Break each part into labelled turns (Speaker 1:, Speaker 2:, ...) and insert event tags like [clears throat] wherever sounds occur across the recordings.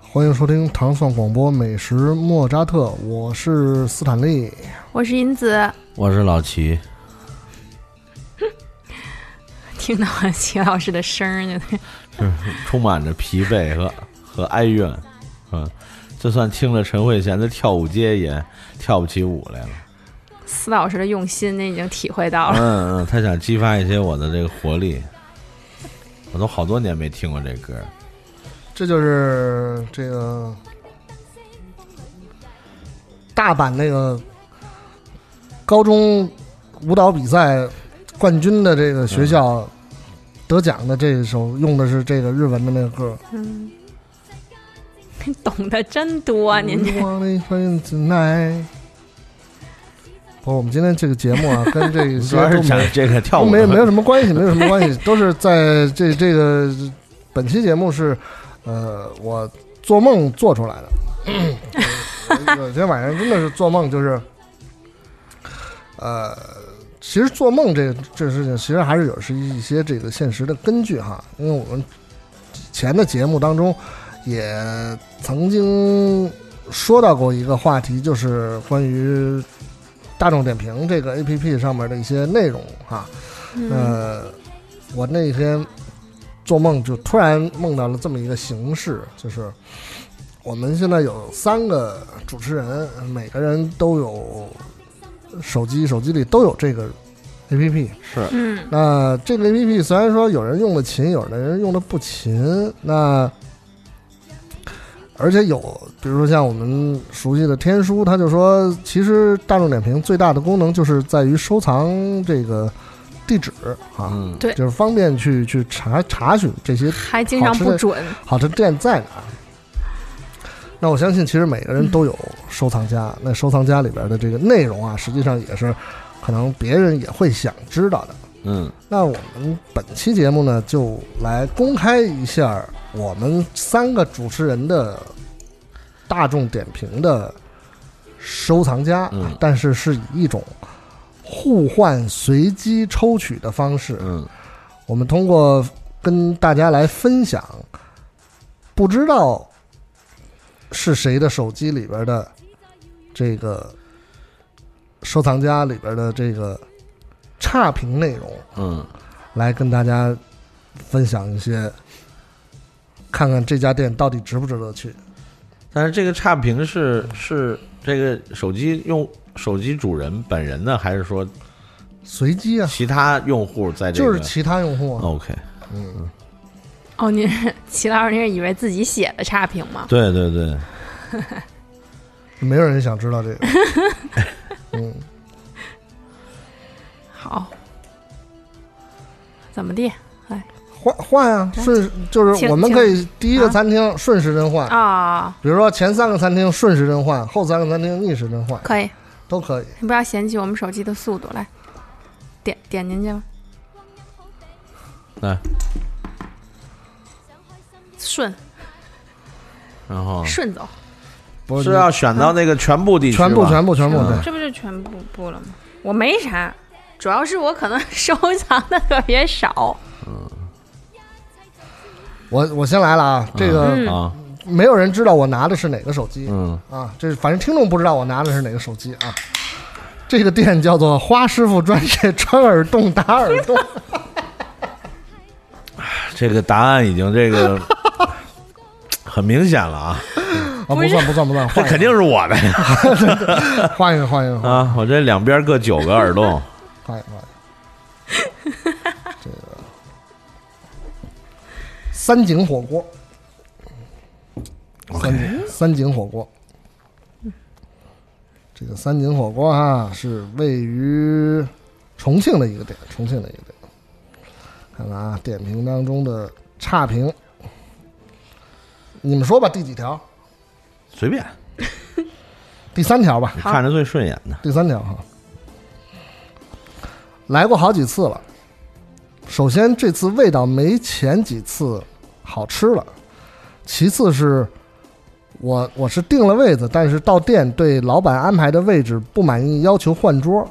Speaker 1: 欢迎收听糖蒜广播美食莫扎特，我是斯坦利。
Speaker 2: 我是银子， [laughs]
Speaker 3: 我是老
Speaker 1: [laughs]
Speaker 3: 齐，
Speaker 2: 听到了齐老师的声儿就
Speaker 3: 充满着疲惫和和哀怨，嗯，就算听了陈慧娴的跳舞街也跳不起舞来了。
Speaker 2: 司老师的用心，您已经体会
Speaker 1: 啊
Speaker 2: 到了。
Speaker 3: 嗯嗯，他想激发一些我的这个活力。我都好多年没听过这歌，
Speaker 1: 这就是这个大阪那个高中舞蹈比赛冠军的这个学
Speaker 3: 嗯
Speaker 1: 校得奖的这首，用的是这个日文的那个歌。
Speaker 2: 嗯，懂得真多，您这
Speaker 1: You wanna play tonight 不是，我们今天这个节目
Speaker 3: [laughs]
Speaker 1: 啊，跟这
Speaker 3: 主
Speaker 1: 些
Speaker 3: 要
Speaker 1: 都
Speaker 3: 是讲
Speaker 1: 没
Speaker 3: 这个跳
Speaker 1: 都
Speaker 3: 舞
Speaker 1: 没
Speaker 3: 的
Speaker 1: 没有什么关系，没有什么关系，都是在这这个本期节目是，呃，我做梦做出来的。我有天晚上真的是做梦，就是，呃，其实做梦这个这个事情，其实还是有是一些这个现实的根据哈，因为我们以前的节目当中也曾经说到过一个话题，就是关于大众点评这个 A P P 上面的一些内容哈。
Speaker 2: 嗯
Speaker 1: 呃，我那天做梦就突然梦到了这么一个形式，就是我们现在有三个主持人，每个人都有手机，手机里都有这个 A P P。
Speaker 3: 是
Speaker 2: 嗯
Speaker 1: 那这个 A P P 虽然说有人用的勤，有的人用的不勤，那而且有，比如说像我们熟悉的天书，他就说，其实大众点评最大的功能就是在于收藏这个地址啊，
Speaker 3: 嗯，
Speaker 2: 对
Speaker 1: 就是方便去去查查询这些
Speaker 2: 还经常不准。
Speaker 1: 好吃店在哪儿。那我相信，其实每个人都有收藏家，那收藏家里边的这个内容啊，实际上也是可能别人也会想知道的。
Speaker 3: 嗯，
Speaker 1: 那我们本期节目呢，就来公开一下我们三个主持人的大众点评的收藏家，啊
Speaker 3: 嗯
Speaker 1: 但是是以一种互换随机抽取的方式，
Speaker 3: 嗯，
Speaker 1: 我们通过跟大家来分享，不知道是谁的手机里边的这个收藏家里边的这个差评内容。
Speaker 3: 嗯，
Speaker 1: 来跟大家分享一些，看看这家店到底值不值得去。
Speaker 3: 但是这个差评是是这个手机用手机主人本人呢，还是说
Speaker 1: 随机啊，
Speaker 3: 其他用户在这
Speaker 1: 就
Speaker 3: 个？哦
Speaker 1: 是其他用户啊，
Speaker 3: OK，
Speaker 1: 嗯，
Speaker 2: 哦，您是齐老师，您是以为自己写的差评吗？
Speaker 3: 对对对，
Speaker 1: 没有人想知道这
Speaker 3: 哦
Speaker 1: 个。嗯，
Speaker 2: 好，怎么地
Speaker 1: 换换啊，顺就是
Speaker 2: 请
Speaker 1: 我们可以第一个餐厅顺时针换，
Speaker 2: 啊？
Speaker 1: 比如说前三个餐厅顺时针换，后三个餐厅逆时针换
Speaker 2: 可以，
Speaker 1: 都可以。
Speaker 2: 你不要嫌弃我们手机的速度，来点点进去吧。
Speaker 3: 来，
Speaker 2: 顺
Speaker 3: 然后
Speaker 2: 顺走，
Speaker 1: 不
Speaker 3: 是要选到那个全部地区
Speaker 1: 哦
Speaker 3: 吧，
Speaker 1: 全部全部全部
Speaker 3: 是吧
Speaker 1: 对，
Speaker 2: 这不就全部不了吗？我没啥，主要是我可能收藏的特别少。
Speaker 1: 我我先来了啊，这
Speaker 2: 嗯
Speaker 1: 个
Speaker 3: 啊，
Speaker 1: 没有人知道我拿的是哪个手机，
Speaker 3: 嗯，
Speaker 1: 啊，这反正听众不知道我拿的是哪个手机啊。这个店叫做花师傅专业穿耳洞打耳洞，啊
Speaker 3: 这个答案已经这个很明显了啊，
Speaker 1: 啊，不算不算不算，
Speaker 3: 这
Speaker 1: 换一
Speaker 3: 肯定是我的呀
Speaker 1: 个换一个换一个换一个
Speaker 3: 啊！我这两边各九个耳洞，
Speaker 1: 换一个。这个三井火锅，三井三井火锅，这个三井火锅啊是位于重庆的一个店，重庆的一个店。看看啊，点评当中的差评，你们说吧，第几条？
Speaker 3: 随便
Speaker 1: 第三条吧。
Speaker 3: 你看着最顺眼的，
Speaker 1: 第三条哈，来过好几次了。首先，这次味道没前几次好吃了；其次是我我是定了位子，但是到店对老板安排的位置不满意，要求换桌。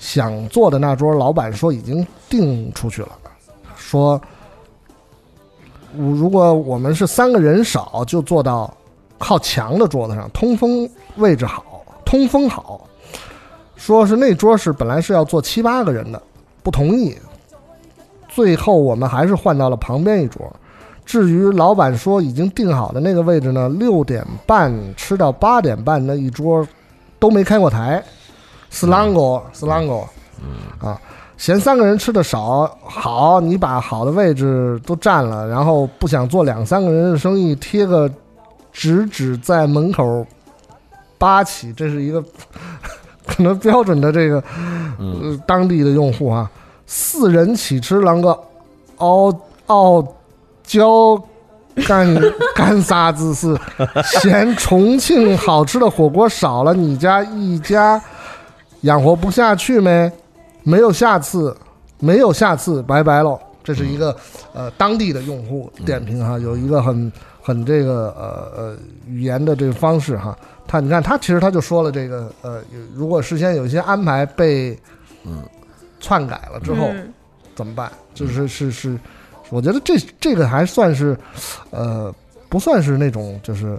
Speaker 1: 想坐的那桌，老板说已经订出去了，说我如果我们是三个人少，就坐到靠墙的桌子上，通风位置好，通风好。说是那桌是本来是要坐七八个人的，不同意。最后我们还是换到了旁边一桌。至于老板说已经定好的那个位置呢，六点半吃到八点半那一桌都没开过台，slango slango，啊，嫌三个人吃的少，好，你把好的位置都占了，然后不想做两三个人的生意，贴个直指在门口八起，这是一个可能标准的这个
Speaker 3: 嗯
Speaker 1: 呃当地的用户啊，四人起吃啷个傲傲椒干干啥子是嫌重庆好吃的火锅少了，你家一家养活不下去没？没有下次，没有下次，拜拜喽。这是一个呃当地的用户点评哈，有一个很很这个呃呃语言的这个方式哈。他你看他其实他就说了这个呃，有如果事先有一些安排被
Speaker 3: 嗯
Speaker 1: 篡改了之后，
Speaker 2: 嗯
Speaker 1: 怎么办？就是是是，我觉得这这个还算是，呃，不算是那种就是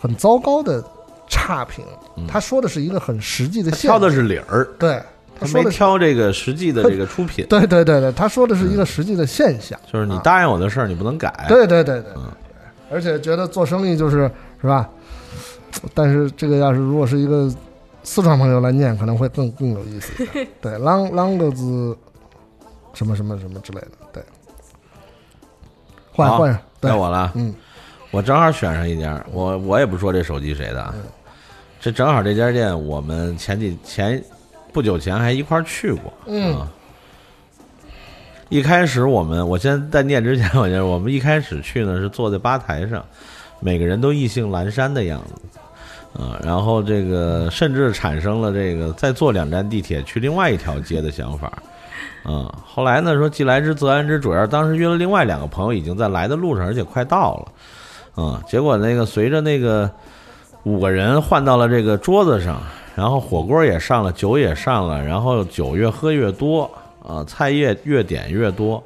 Speaker 1: 很糟糕的差评。
Speaker 3: 嗯
Speaker 1: 他说的是一个很实际的
Speaker 3: 他
Speaker 1: 现
Speaker 3: 挑
Speaker 1: 象，
Speaker 3: 的是理儿，
Speaker 1: 对，他
Speaker 3: 他
Speaker 1: 说
Speaker 3: 没
Speaker 1: 的是
Speaker 3: 挑这个实际的这个出品，
Speaker 1: 对对对对，他说的是一个实际的现象。
Speaker 3: 就是你
Speaker 1: 啊
Speaker 3: 答应我的事儿你不能改，
Speaker 1: 对对对对，
Speaker 3: 嗯
Speaker 1: 而且觉得做生意就是是吧？但是这个要是如果是一个四川朋友来念，可能会更更有意思一
Speaker 3: [laughs]
Speaker 1: 点。对，啷啷个子什么什么什么之类的，对。换
Speaker 3: 好
Speaker 1: 换，对
Speaker 3: 该，我了，
Speaker 1: 嗯，
Speaker 3: 我正好选上一家，我我也不说这手机谁的，
Speaker 1: 嗯
Speaker 3: 啊，这正好这家店我们前几前不久前还一块儿去过，
Speaker 1: 嗯
Speaker 3: 啊一开始我们我先在念之前，我就我们一开始去呢是坐在吧台上，每个人都意兴阑珊的样子，嗯、然后这个甚至产生了这个再坐两站地铁去另外一条街的想法。嗯，后来呢说既来之则安之，主要是当时约了另外两个朋友，已经在来的路上，而且快到了。嗯，结果那个随着那个五个人换到了这个桌子上，然后火锅也上了，酒也上了，然后酒越喝越多啊、菜越越点越多，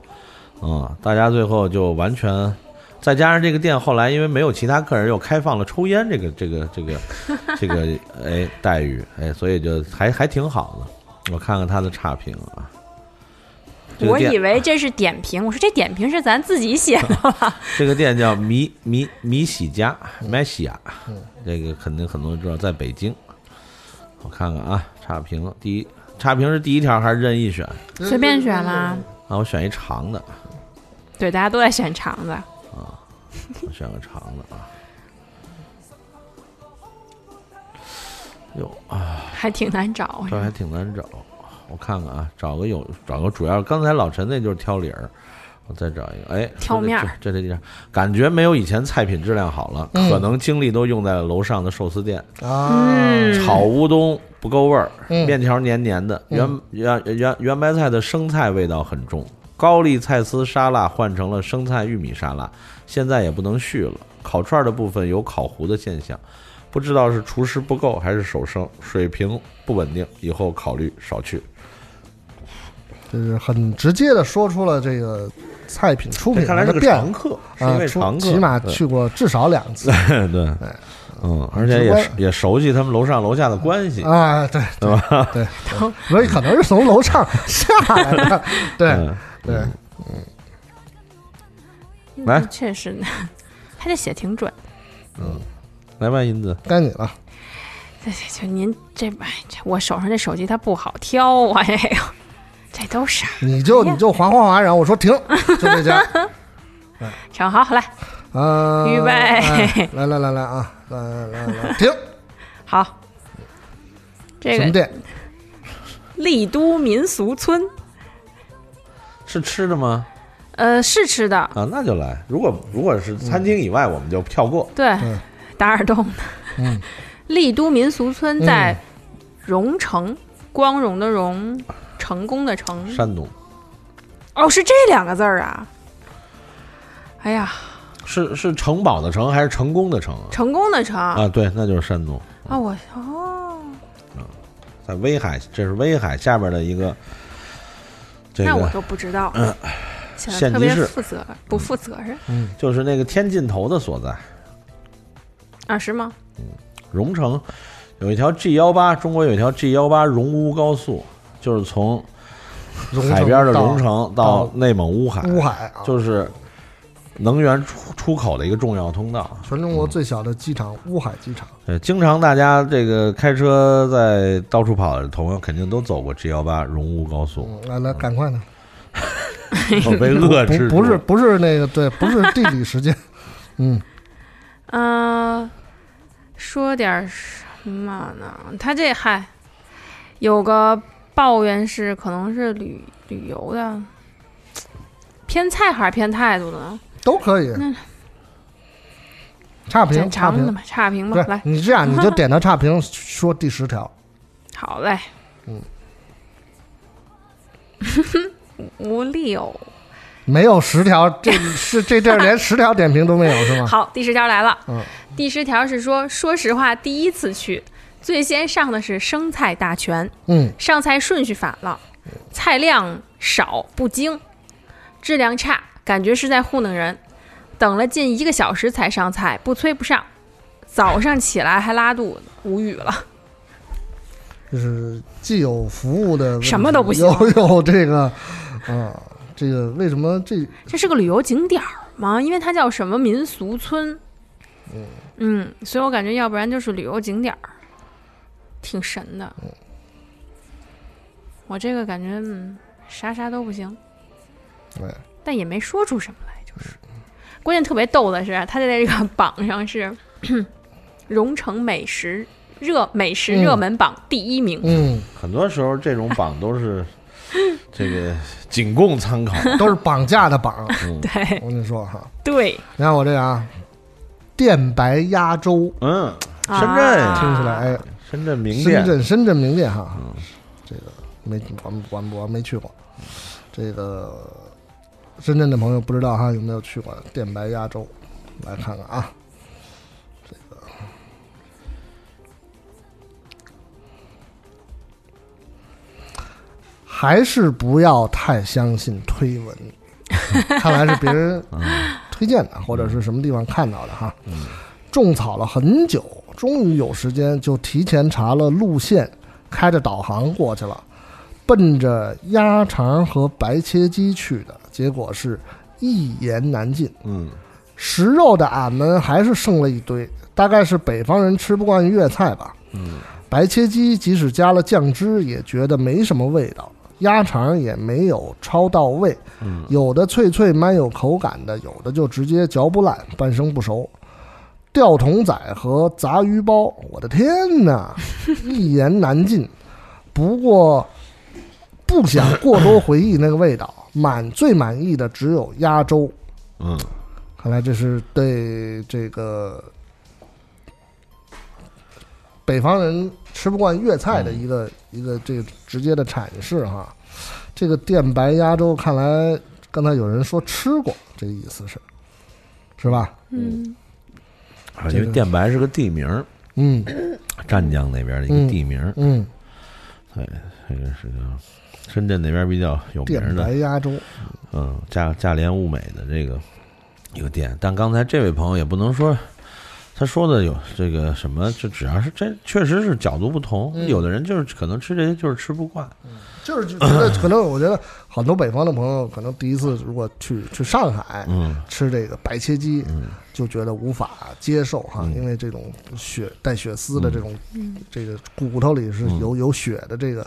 Speaker 3: 嗯，大家最后就完全。再加上这个店后来因为没有其他客人，又开放了抽烟这个这个
Speaker 2: [laughs]
Speaker 3: 这个这个哎待遇哎，所以就还还挺好的。我看看他的差评啊，这个
Speaker 2: 我
Speaker 3: 店
Speaker 2: 以
Speaker 1: 啊
Speaker 2: 为这是点评，我说这点评是咱自己写的吧？
Speaker 3: 这个店叫米米米喜家麦喜亚，这个肯定很多人知道，在北京。我看看啊，差评第一，差评是第一条还是任意选啊？
Speaker 2: 随便选啦。
Speaker 3: 我选一长的，
Speaker 2: [laughs] 对，大家都在选长的，
Speaker 3: 我选个长的啊。哟啊，
Speaker 2: 还挺难找。
Speaker 3: 这还挺难找。我看看啊，找个有找个主要，刚才老陈那就是挑理儿，我再找一个，哎，
Speaker 2: 挑面儿嗯
Speaker 3: 说这这这地方感觉没有以前菜品质量好了，可能精力都用在了楼上的寿司店。
Speaker 1: 啊，
Speaker 2: 嗯
Speaker 3: 炒乌冬不够味儿，
Speaker 1: 嗯
Speaker 3: 面条黏黏的，原原原圆白菜的生菜味道很重，高丽菜丝沙拉换成了生菜玉米沙拉，现在也不能续了。烤串的部分有烤糊的现象，不知道是厨师不够还是手生水平不稳定，以后考虑少去。
Speaker 1: 就是很直接的说出了这个菜品出品
Speaker 3: 看来
Speaker 1: 上
Speaker 3: 是
Speaker 1: 的
Speaker 3: 个
Speaker 1: 变
Speaker 3: 常客，是一
Speaker 1: 啊，
Speaker 3: 位
Speaker 1: 出
Speaker 3: 常客，
Speaker 1: 起码
Speaker 3: 对
Speaker 1: 去过至少两次
Speaker 3: [laughs] 对，嗯，而且
Speaker 1: 直
Speaker 3: 也
Speaker 1: 观
Speaker 3: 是也熟悉他们楼上楼下的关系。
Speaker 1: 啊，对对吧？对，对所以可能是从楼上下来的，对
Speaker 3: 嗯，
Speaker 1: 对，
Speaker 2: 嗯
Speaker 3: 来
Speaker 2: 确实呢，还得写挺准。
Speaker 3: 来吧，银子，
Speaker 1: 该你了。
Speaker 2: 这就您这，哎，这我手上这手机它不好挑啊，这个，这都是。
Speaker 1: 你
Speaker 2: 哎
Speaker 1: 就你就划划划，然后我说停，就这家。
Speaker 2: 成好，来，
Speaker 1: 呃，
Speaker 2: [laughs] 预备 [laughs]
Speaker 1: 哎来来来来啊，来来来来，停。
Speaker 2: 好，这
Speaker 1: 什么
Speaker 2: 个
Speaker 1: 店？
Speaker 2: 丽都民俗村，
Speaker 3: 是吃的吗？
Speaker 2: 呃，是吃的，
Speaker 3: 啊，那就来。如果如果是餐厅以外，我们就跳过。
Speaker 2: 对
Speaker 1: 嗯，
Speaker 2: 打耳洞的。
Speaker 1: 嗯，
Speaker 2: 丽都民俗村在荣城，光荣的荣，成功的成。
Speaker 3: 山东
Speaker 2: 哦，是这两个字儿啊！哎呀，
Speaker 3: 是是城堡的城还是成功的成啊？
Speaker 2: 成功的成啊
Speaker 3: 啊，对，那就是山东，
Speaker 2: 我哦，
Speaker 3: 在威海，这是威海下边的一个这
Speaker 2: 那我
Speaker 3: 个，
Speaker 2: 都不知道，
Speaker 1: 嗯
Speaker 2: 显
Speaker 3: 县
Speaker 2: 得特别
Speaker 3: 级市
Speaker 2: 负责不负责任
Speaker 3: 就是那个天尽头的所在。
Speaker 2: 啊，是吗？
Speaker 3: 荣城有一条 G 幺八，中国有一条 G 幺八荣乌高速，就是从
Speaker 1: 荣
Speaker 3: 海边的荣
Speaker 1: 城
Speaker 3: 城
Speaker 1: 到
Speaker 3: 到内蒙乌海
Speaker 1: 到，乌海啊，
Speaker 3: 就是能源出出口的一个重要通道。
Speaker 1: 全中国最小的机场乌海机场。
Speaker 3: 呃，经常大家这个开车在到处跑的朋友，肯定都走过 G 幺八荣乌高速，
Speaker 1: 嗯，来来，赶快呢，
Speaker 3: 我
Speaker 1: [laughs]
Speaker 3: 被遏制
Speaker 1: 不
Speaker 3: 住
Speaker 1: 不是不是那个对，不是地理时间， [laughs] 嗯，
Speaker 2: 嗯、说点什么呢？他这嗨，有个抱怨是，可能是旅旅游的偏菜还是偏态度的呢？
Speaker 1: 都可以
Speaker 2: 那。
Speaker 1: 差
Speaker 2: 正
Speaker 1: 评，差
Speaker 2: 常的
Speaker 1: 评，
Speaker 2: 嘛，差评
Speaker 1: 不
Speaker 2: 吧。
Speaker 1: 是
Speaker 2: 来，
Speaker 1: 你这样
Speaker 2: [laughs]
Speaker 1: 你就点到差评说第十条，
Speaker 2: 好嘞，
Speaker 1: 嗯，
Speaker 2: [laughs] 无理由。
Speaker 1: 没有十条，
Speaker 2: [laughs]
Speaker 1: 这是这地儿连十条点评都没有是吗？
Speaker 2: 好，第十条来了。
Speaker 1: 啊嗯
Speaker 2: 第十条是说，说实话，第一次去，最先上的是生菜大全，
Speaker 1: 嗯，
Speaker 2: 上菜顺序反了，菜量少不精，质量差，感觉是在糊弄人。等了近一个小时才上菜，不催不上。早上起来还拉肚子，无语了。
Speaker 1: 就是既有服务的问题
Speaker 2: 什么都不行
Speaker 1: 有有这个，啊，这个为什么这
Speaker 2: 这是个旅游景点儿吗？因为它叫什么民俗村。嗯，所以我感觉要不然就是旅游景点儿，挺神的。我这个感觉，嗯，啥啥都不行。
Speaker 1: 对
Speaker 2: 但也没说出什么来，就是。关键特别逗的是，他在这个榜上是 [clears throat] 荣城美食热美食热门榜第一名，
Speaker 1: 嗯
Speaker 3: 很多时候这种榜都是这个仅供参考。
Speaker 1: 都是绑架的绑？
Speaker 2: 对
Speaker 1: 我跟你说哈，
Speaker 2: 对，
Speaker 1: 你看我这个啊，电白鸭粥， [laughs]
Speaker 3: 嗯，深
Speaker 2: 啊
Speaker 3: 圳，
Speaker 1: 听起来哎，
Speaker 3: 深圳名
Speaker 1: 深
Speaker 3: 店，
Speaker 1: 圳深圳名店哈，这个没我我我没去过，这个深圳的朋友不知道哈有没有去过电白鸭粥，来看看啊，这个还是不要太相信推文， [laughs] 看来是别人推荐的或者是什么地方看到的哈。种草了很久，终于有时间就提前查了路线，开着导航过去了，奔着鸭肠和白切鸡去的。结果是一言难尽，
Speaker 3: 嗯，
Speaker 1: 食肉的俺们还是剩了一堆，大概是北方人吃不惯粤菜吧。嗯，白切鸡即使加了酱汁，也觉得没什么味道。鸭肠也没有焯到位，
Speaker 3: 嗯
Speaker 1: 有的脆脆蛮有口感的，有的就直接嚼不烂，半生不熟。吊桶仔和杂鱼包，我的天哪，一言难尽。不过不想过多回忆那个味道，满最满意的只有鸭粥。
Speaker 3: 嗯，
Speaker 1: 看来这是对这个北方人吃不惯粤菜的一
Speaker 3: 嗯
Speaker 1: 个、一个这个直接的阐释哈。这个电白鸭粥，看来刚才有人说吃过，这个意思是是吧？
Speaker 2: 嗯，
Speaker 3: 啊因为电白是个地名儿，
Speaker 1: 嗯
Speaker 3: 湛江那边的一个地名儿，
Speaker 1: 嗯，
Speaker 3: 这个是个深圳那边比较有名
Speaker 1: 电
Speaker 3: 儿的
Speaker 1: 白，鸭粥，
Speaker 3: 嗯，价价廉物美的这个一个店。但刚才这位朋友也不能说他说的有这个什么，这只要是这确实是角度不同，
Speaker 1: 嗯
Speaker 3: 有的人就是可能吃这些就是吃不惯，
Speaker 1: 就是觉得可能我觉得很多北方的朋友可能第一次如果去去上海，
Speaker 3: 嗯
Speaker 1: 吃这个白切鸡，
Speaker 3: 嗯
Speaker 1: 就觉得无法接受哈，因为这种血带血丝的这种，
Speaker 2: 嗯
Speaker 1: 这个骨头里
Speaker 3: 嗯
Speaker 1: 是有有血的这个，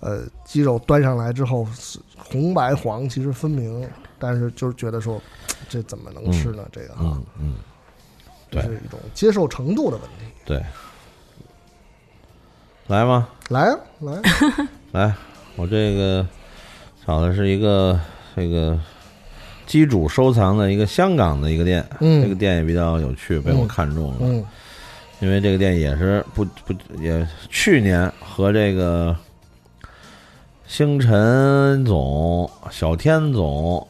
Speaker 1: 呃，鸡肉端上来之后，是红白黄其实分明，但是就是觉得说，这怎么能吃呢？这个哈
Speaker 3: 嗯，嗯，
Speaker 1: 这
Speaker 3: 对
Speaker 1: 是一种接受程度的问题。
Speaker 3: 对，来吧。
Speaker 1: 来啊来啊，
Speaker 3: 来，我这个找的是一个这个机主收藏的一个香港的一个店，
Speaker 1: 嗯
Speaker 3: 这个店也比较有趣，被我看中了，
Speaker 1: 嗯
Speaker 3: 因为这个店也是不不也去年和这个星辰总、小天总、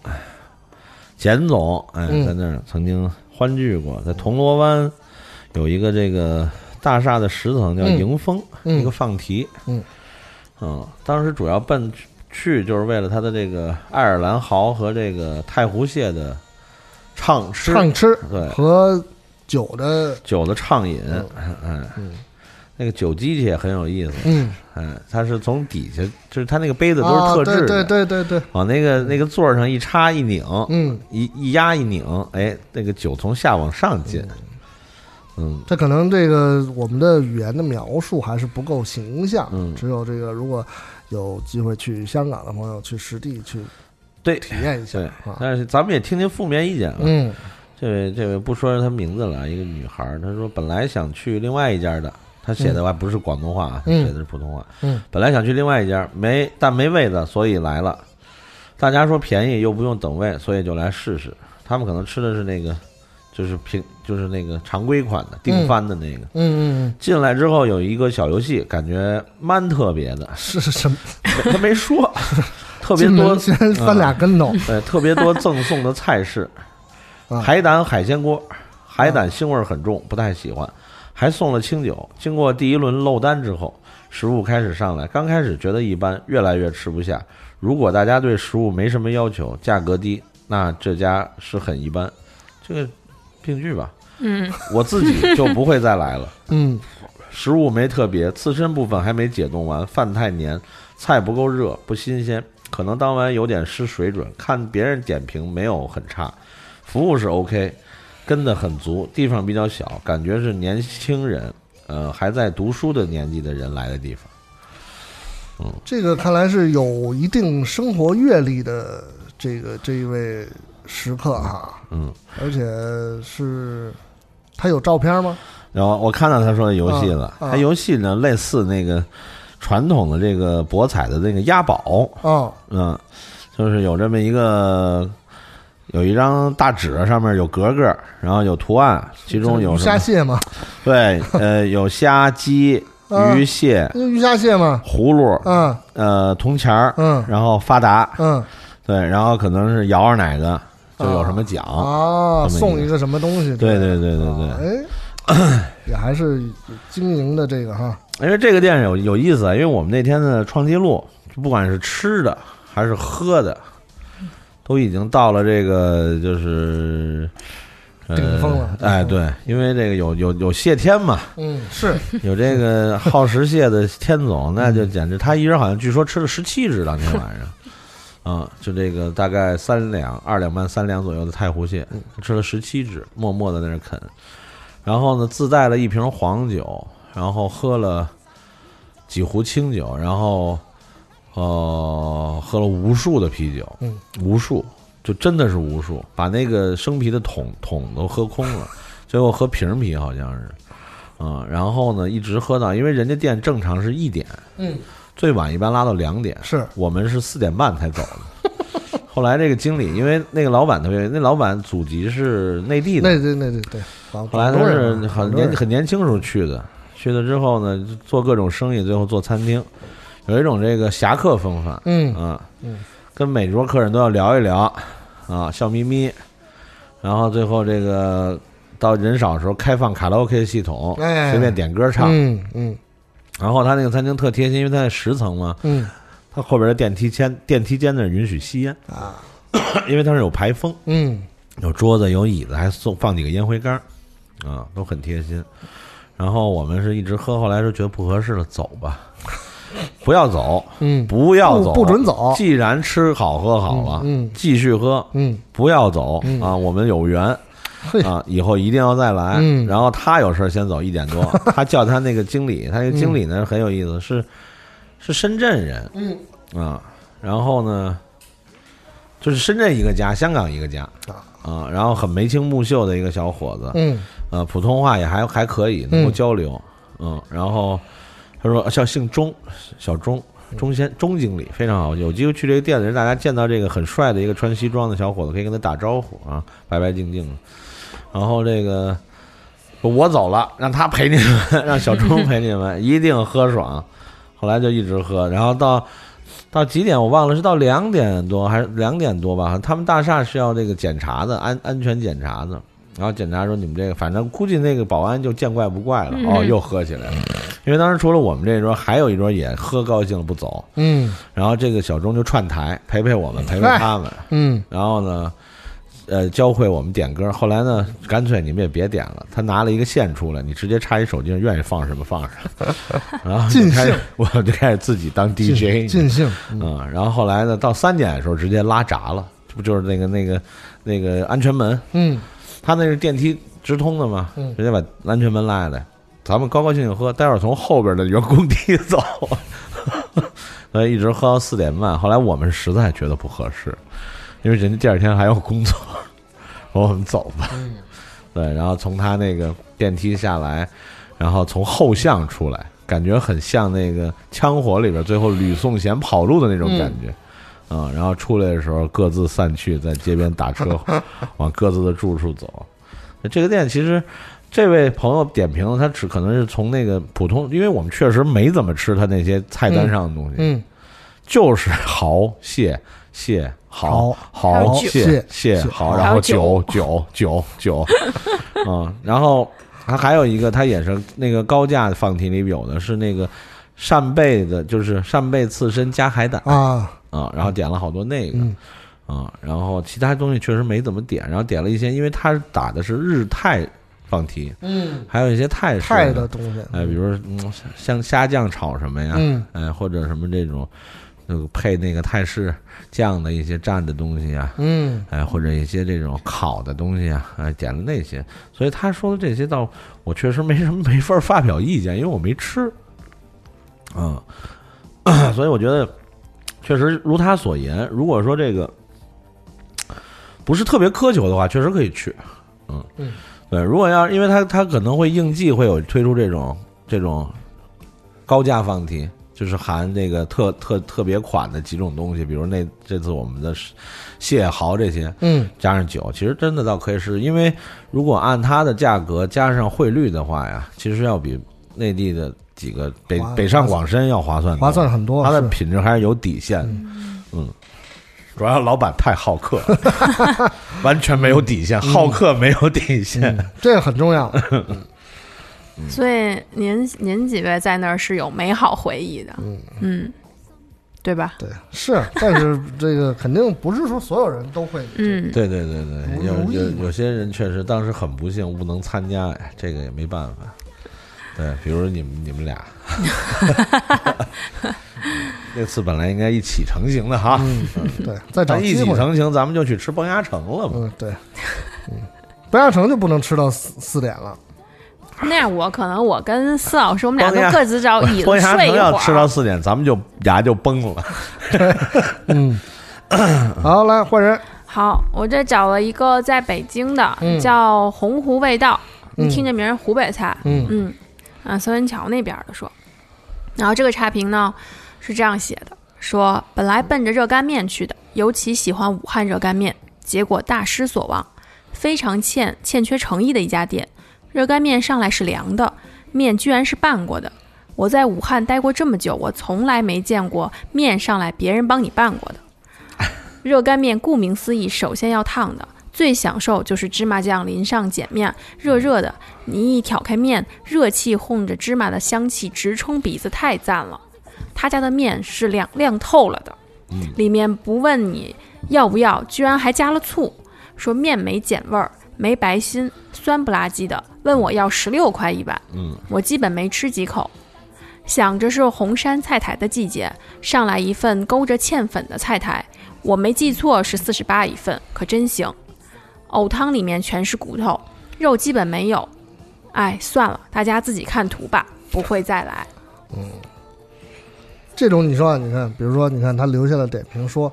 Speaker 3: 简总，哎，
Speaker 1: 嗯
Speaker 3: 在那儿曾经欢聚过，在铜锣湾有一个这个大厦的十层叫
Speaker 1: 嗯
Speaker 3: 迎风。一个
Speaker 1: 嗯
Speaker 3: 放题。
Speaker 1: 嗯
Speaker 3: 嗯当时主要奔去就是为了它的这个爱尔兰蚝和这个太湖蟹的畅吃。
Speaker 1: 畅吃
Speaker 3: 对
Speaker 1: 和酒的，
Speaker 3: 酒的畅饮，哎
Speaker 1: 嗯
Speaker 3: 那个酒机器也很有意思，
Speaker 1: 嗯，
Speaker 3: 嗯，它是从底下，就是它那个杯子都
Speaker 1: 啊
Speaker 3: 是特制的，
Speaker 1: 对对对对对，
Speaker 3: 往那个那个座儿上一插一拧，
Speaker 1: 嗯，
Speaker 3: 一一压一拧，哎，那个酒从下往上进，嗯
Speaker 1: 这可能这个我们的语言的描述还是不够形象，
Speaker 3: 嗯
Speaker 1: 只有这个如果有机会去香港的朋友去实地去
Speaker 3: 对
Speaker 1: 体验一下
Speaker 3: 对
Speaker 1: 啊，，
Speaker 3: 但是咱们也听听负面意见啊。
Speaker 1: 嗯
Speaker 3: 这位这位不说她名字了，一个女孩儿，她说本来想去另外一家的，她写的话不是广东话啊，
Speaker 1: 嗯
Speaker 3: 写的是普通话。
Speaker 1: 嗯
Speaker 3: 本来想去另外一家，没但没位子，所以来了。大家说便宜又不用等位，所以就来试试。他们可能吃的是那个，就是平就是那个常规款的订番的那个。
Speaker 1: 嗯嗯，
Speaker 3: 进来之后有一个小游戏，感觉蛮特别的
Speaker 1: 嗯，是是什么？
Speaker 3: 没他没说， [laughs] 特别
Speaker 1: 进门
Speaker 3: 多
Speaker 1: 先翻俩跟头
Speaker 3: 对，呃特别多赠送的菜式，
Speaker 1: 啊
Speaker 3: 海胆海鲜锅，海胆腥味儿很重，不太喜欢，还送了清酒。经过第一轮漏单之后，食物开始上来，刚开始觉得一般，越来越吃不下。如果大家对食物没什么要求，价格低，那这家是很一般。这个病句吧，
Speaker 2: 嗯，
Speaker 3: 我自己就不会再来了。
Speaker 1: 嗯
Speaker 3: 食物没特别，刺身部分还没解冻完，饭太黏，菜不够热，不新鲜，可能当晚有点失水准。看别人点评没有很差，服务是 OK，跟得很足，地方比较小，感觉是年轻人，呃，还在读书的年纪的人来的地方。
Speaker 1: 这个看来是有一定生活阅历的这个这一位食客哈，
Speaker 3: 嗯，
Speaker 1: 而且是他有照片吗？
Speaker 3: 然后我看到他说的游戏了，
Speaker 1: 啊啊
Speaker 3: 他游戏呢类似那个传统的这个博彩的那个押宝，
Speaker 1: 哦，
Speaker 3: 嗯，就是有这么一个，有一张大纸，上面有格格，然后有图案，其中有
Speaker 1: 鱼
Speaker 3: 什
Speaker 1: 虾
Speaker 3: 么？
Speaker 1: 蟹吗？
Speaker 3: 对，呃，有
Speaker 1: [laughs]
Speaker 3: 虾、鸡、
Speaker 1: 啊
Speaker 3: 鱼、蟹、
Speaker 1: 那鱼虾蟹吗？
Speaker 3: 葫芦，
Speaker 1: 嗯
Speaker 3: 呃，铜钱儿，
Speaker 1: 嗯
Speaker 3: 然后发达，
Speaker 1: 嗯
Speaker 3: 对，然后可能是摇着哪个就有什么奖，
Speaker 1: 啊，
Speaker 3: 这么一个
Speaker 1: 送一个什么东西？
Speaker 3: 对对对对对，
Speaker 1: 对，哎，也还是经营的这个哈，
Speaker 3: 因为这个店有有意思啊，因为我们那天的创纪录，不管是吃的还是喝的，都已经到了这个就是。呃
Speaker 1: 顶峰了
Speaker 3: 哎，对，因为这个有有有谢天嘛，
Speaker 1: 嗯，是
Speaker 3: 有这个 [laughs] 耗时蟹的天总，那
Speaker 1: 嗯
Speaker 3: 就简直，他一人好像据说吃了十七只，当天晚上，啊、就这个大概三两、二两半、三两左右的太湖蟹，
Speaker 1: 嗯
Speaker 3: 吃了十七只，默默的在那儿啃，然后呢，自带了一瓶黄酒，然后喝了几壶清酒，然后呃，喝了无数的啤酒，
Speaker 1: 嗯，
Speaker 3: 无数，就真的是无数，把那个生啤的桶桶都喝空了，最后喝瓶啤好像是。嗯，然后呢，一直喝到，因为人家店正常是一点，
Speaker 1: 嗯，
Speaker 3: 最晚一般拉到两点，
Speaker 1: 是，
Speaker 3: 我们是四点半才走的。 [laughs] 后来这个经理，因为那个老板特别，那老板祖籍是内地的，
Speaker 1: 那对那对对，广
Speaker 3: 后来
Speaker 1: 广
Speaker 3: 他
Speaker 1: 东
Speaker 3: 是
Speaker 1: 人嘛
Speaker 3: 很
Speaker 1: 广东
Speaker 3: 年
Speaker 1: 人
Speaker 3: 很年轻时候去的，去了之后呢，就做各种生意，最后做餐厅，有一种这个侠客风范，
Speaker 1: 嗯
Speaker 3: 啊，
Speaker 1: 嗯
Speaker 3: 跟每桌客人都要聊一聊，啊，笑眯眯，然后最后这个到人少的时候开放卡拉 OK 系统，
Speaker 1: 哎
Speaker 3: 随便点歌唱。
Speaker 1: 嗯嗯
Speaker 3: 然后他那个餐厅特贴心，因为他在十层嘛，
Speaker 1: 嗯
Speaker 3: 他后边的电梯间电梯间那儿允许吸烟
Speaker 1: 啊，
Speaker 3: [coughs] 因为它是有排风，
Speaker 1: 嗯
Speaker 3: 有桌子有椅子，还送放几个烟灰缸，啊，都很贴心。然后我们是一直喝，后来是觉得不合适了，走
Speaker 1: [laughs]
Speaker 3: 吧，不要走，
Speaker 1: 嗯，
Speaker 3: 不要走，
Speaker 1: 不不准走
Speaker 3: 既然吃好喝好了，
Speaker 1: 嗯嗯
Speaker 3: 继续喝，
Speaker 1: 嗯
Speaker 3: 不要走、
Speaker 1: 嗯
Speaker 3: 啊！我们有缘
Speaker 1: 嘿，
Speaker 3: 啊，以后一定要再来。
Speaker 1: 嗯
Speaker 3: 然后他有事儿先走一点
Speaker 1: [laughs]
Speaker 3: 多，他叫他那个经理，他那个经理呢很有意思，是是深圳人，
Speaker 1: 嗯
Speaker 3: 啊，然后呢，就是深圳一个家，香港一个家
Speaker 1: 啊
Speaker 3: 啊，然后很眉清目秀的一个小伙子，
Speaker 1: 嗯
Speaker 3: 呃，普通话也还还可以，能够
Speaker 1: 嗯
Speaker 3: 交流，嗯，然后他说叫姓钟，小钟，钟先钟经理非常好，有机会去这个店的人，大家见到这个很帅的一个穿西装的小伙子，可以跟他打招呼啊，白白净净的。然后这个我走了，让他陪你们， [laughs] 让小钟陪你们，一定喝爽。后来就一直喝，然后到到几点我忘了，是到两点多还是两点多吧？他们大厦是要这个检查的，安安全检查的。然后检查说你们这个，反正估计那个保安就见怪不怪了。哦，
Speaker 2: 嗯
Speaker 3: 又喝起来了，因为当时除了我们这桌，还有一桌也喝高兴了不走。
Speaker 1: 嗯哎
Speaker 3: 然后这个小钟就串台陪陪我们，陪陪他们。
Speaker 1: 嗯
Speaker 3: 然后呢，呃教会我们点歌。后来呢，干脆你们也别点了，他拿了一个线出来，你直接插一手机上，愿意放什么放什么。然后就
Speaker 1: 尽
Speaker 3: 开始
Speaker 1: 兴
Speaker 3: 我就开始自己当
Speaker 1: 尽
Speaker 3: DJ，
Speaker 1: 尽兴，
Speaker 3: 嗯，然后后来呢，到三点的时候直接拉闸了，这不就是那个那个那个安全门？
Speaker 1: 嗯，
Speaker 3: 他那是电梯直通的嘛，
Speaker 1: 嗯
Speaker 3: 直接把安全门拉下来，咱们高高兴兴喝，待会儿从后边的员工梯走，所以一直喝到四点半。后来我们实在觉得不合适，因为人家第二天还要工作， [laughs] 说我们走吧。对，然后从他那个电梯下来，然后从后巷出来，感觉很像那个《枪火》里边最后吕颂贤跑路的那种感觉。啊、然后出来的时候各自散去，在街边打车往各自的住处走。那这个店其实，这位朋友点评了，他只可能是从那个普通，因为我们确实没怎么吃他那些菜单上的东西，
Speaker 1: 嗯，
Speaker 3: 就是蚝、蟹、蟹、蚝、
Speaker 2: 还有酒
Speaker 3: 蚝、蟹、蟹、
Speaker 1: 蟹
Speaker 3: 蚝，
Speaker 1: 还
Speaker 2: 有
Speaker 3: 然后
Speaker 2: 酒
Speaker 3: 酒、酒、酒、酒， [laughs] 嗯，然后它还有一个，它也是那个高价放题里有的是那个扇贝的，就是扇贝刺身加海胆
Speaker 1: 啊，
Speaker 3: 啊，然后点了好多那个。
Speaker 1: 嗯
Speaker 3: 啊，然后其他东西确实没怎么点，然后点了一些，因为他打的是日泰放题，
Speaker 1: 嗯，
Speaker 3: 还有一些泰式
Speaker 1: 泰的，东西，
Speaker 3: 哎，比如说嗯，像虾酱炒什么呀，
Speaker 1: 嗯
Speaker 3: 哎，或者什么这种，那个配那个泰式酱的一些蘸的东西啊，
Speaker 1: 嗯，
Speaker 3: 哎，或者一些这种烤的东西啊，哎，点了那些，所以他说的这些倒我确实没什么没 [laughs] 法发表意见，因为我没吃，嗯，所以我觉得确实如他所言，如果说这个不是特别苛求的话，确实可以去，嗯
Speaker 1: 嗯，
Speaker 3: 对，如果要因为他他可能会应季会有推出这种这种高价放题。就是含这个特特特别款的几种东西，比如那这次我们的蟹蚝这些，
Speaker 1: 嗯，
Speaker 3: 加上酒，其实真的倒可以试，因为如果按它的价格加上汇率的话呀，其实要比内地的几个北
Speaker 1: 划
Speaker 3: 北上广深要划算多
Speaker 1: 划算，很多，
Speaker 3: 它的
Speaker 1: 是
Speaker 3: 品质还是有底线的，嗯。主要老板太好客了， [laughs] 完全没有底线，好客没有底线。
Speaker 1: 嗯这个很重要，
Speaker 2: 所以您您几位在那儿是有美好回忆的，嗯对吧？
Speaker 1: 对，是，但是这个肯定不是说所有人都会，
Speaker 2: 嗯，
Speaker 3: 对对对对，
Speaker 1: 不
Speaker 3: 有
Speaker 1: 哎容易
Speaker 3: 有
Speaker 1: 嘛
Speaker 3: 有些人确实当时很不幸不能参加，哎这个也没办法。对，比如你们你
Speaker 1: [laughs]
Speaker 3: 们俩，那次本来应该一起成行的哈，
Speaker 1: 嗯，对，再找
Speaker 3: 咱一
Speaker 1: 机
Speaker 3: 起
Speaker 1: 会，
Speaker 3: 成行，咱们就去吃崩牙城了嘛。
Speaker 1: 嗯，对，嗯，白亚城就不能吃到四四点了，
Speaker 2: 那样我可能我跟四老师我们俩
Speaker 3: 光压
Speaker 2: 都各自找椅子
Speaker 3: 崩牙
Speaker 2: 睡一
Speaker 3: 城
Speaker 2: 会
Speaker 3: 要吃到
Speaker 2: 儿。啊
Speaker 3: 四点，咱们就牙就崩了。
Speaker 1: 嗯，
Speaker 3: 嗯
Speaker 1: 好，来换人，
Speaker 2: 好，我这找了一个在北京的，
Speaker 1: 嗯
Speaker 2: 叫洪湖味道，
Speaker 1: 嗯
Speaker 2: 你听这名儿湖北菜，
Speaker 1: 嗯
Speaker 2: 嗯，啊，三元桥那边儿的说，然后这个差评呢是这样写的：说本来奔着热干面去的，尤其喜欢武汉热干面，结果大失所望，非常欠欠缺诚意的一家店。热干面上来是凉的，面居然是拌过的。我在武汉待过这么久，我从来没见过面上来别人帮你拌过的。热干面顾名思义，首先要烫的，最享受就是芝麻酱淋上碱面，热热的，你一挑开面，热气混着芝麻的香气直冲鼻子，太赞了。他家的面是亮亮透了的，里面不问你要不要，居然还加了醋，说面没碱味儿，没白心，酸不拉几的，问我要十六块一碗。
Speaker 3: 嗯，
Speaker 2: 我基本没吃几口。想着是红山菜苔的季节，上来一份勾着芡粉的菜苔，我没记错是四十八一份，可真行。藕汤里面全是骨头，肉基本没有。哎，算了，大家自己看图吧，不会再来。
Speaker 1: 这种你说啊，你看，比如说，你看他留下了点评说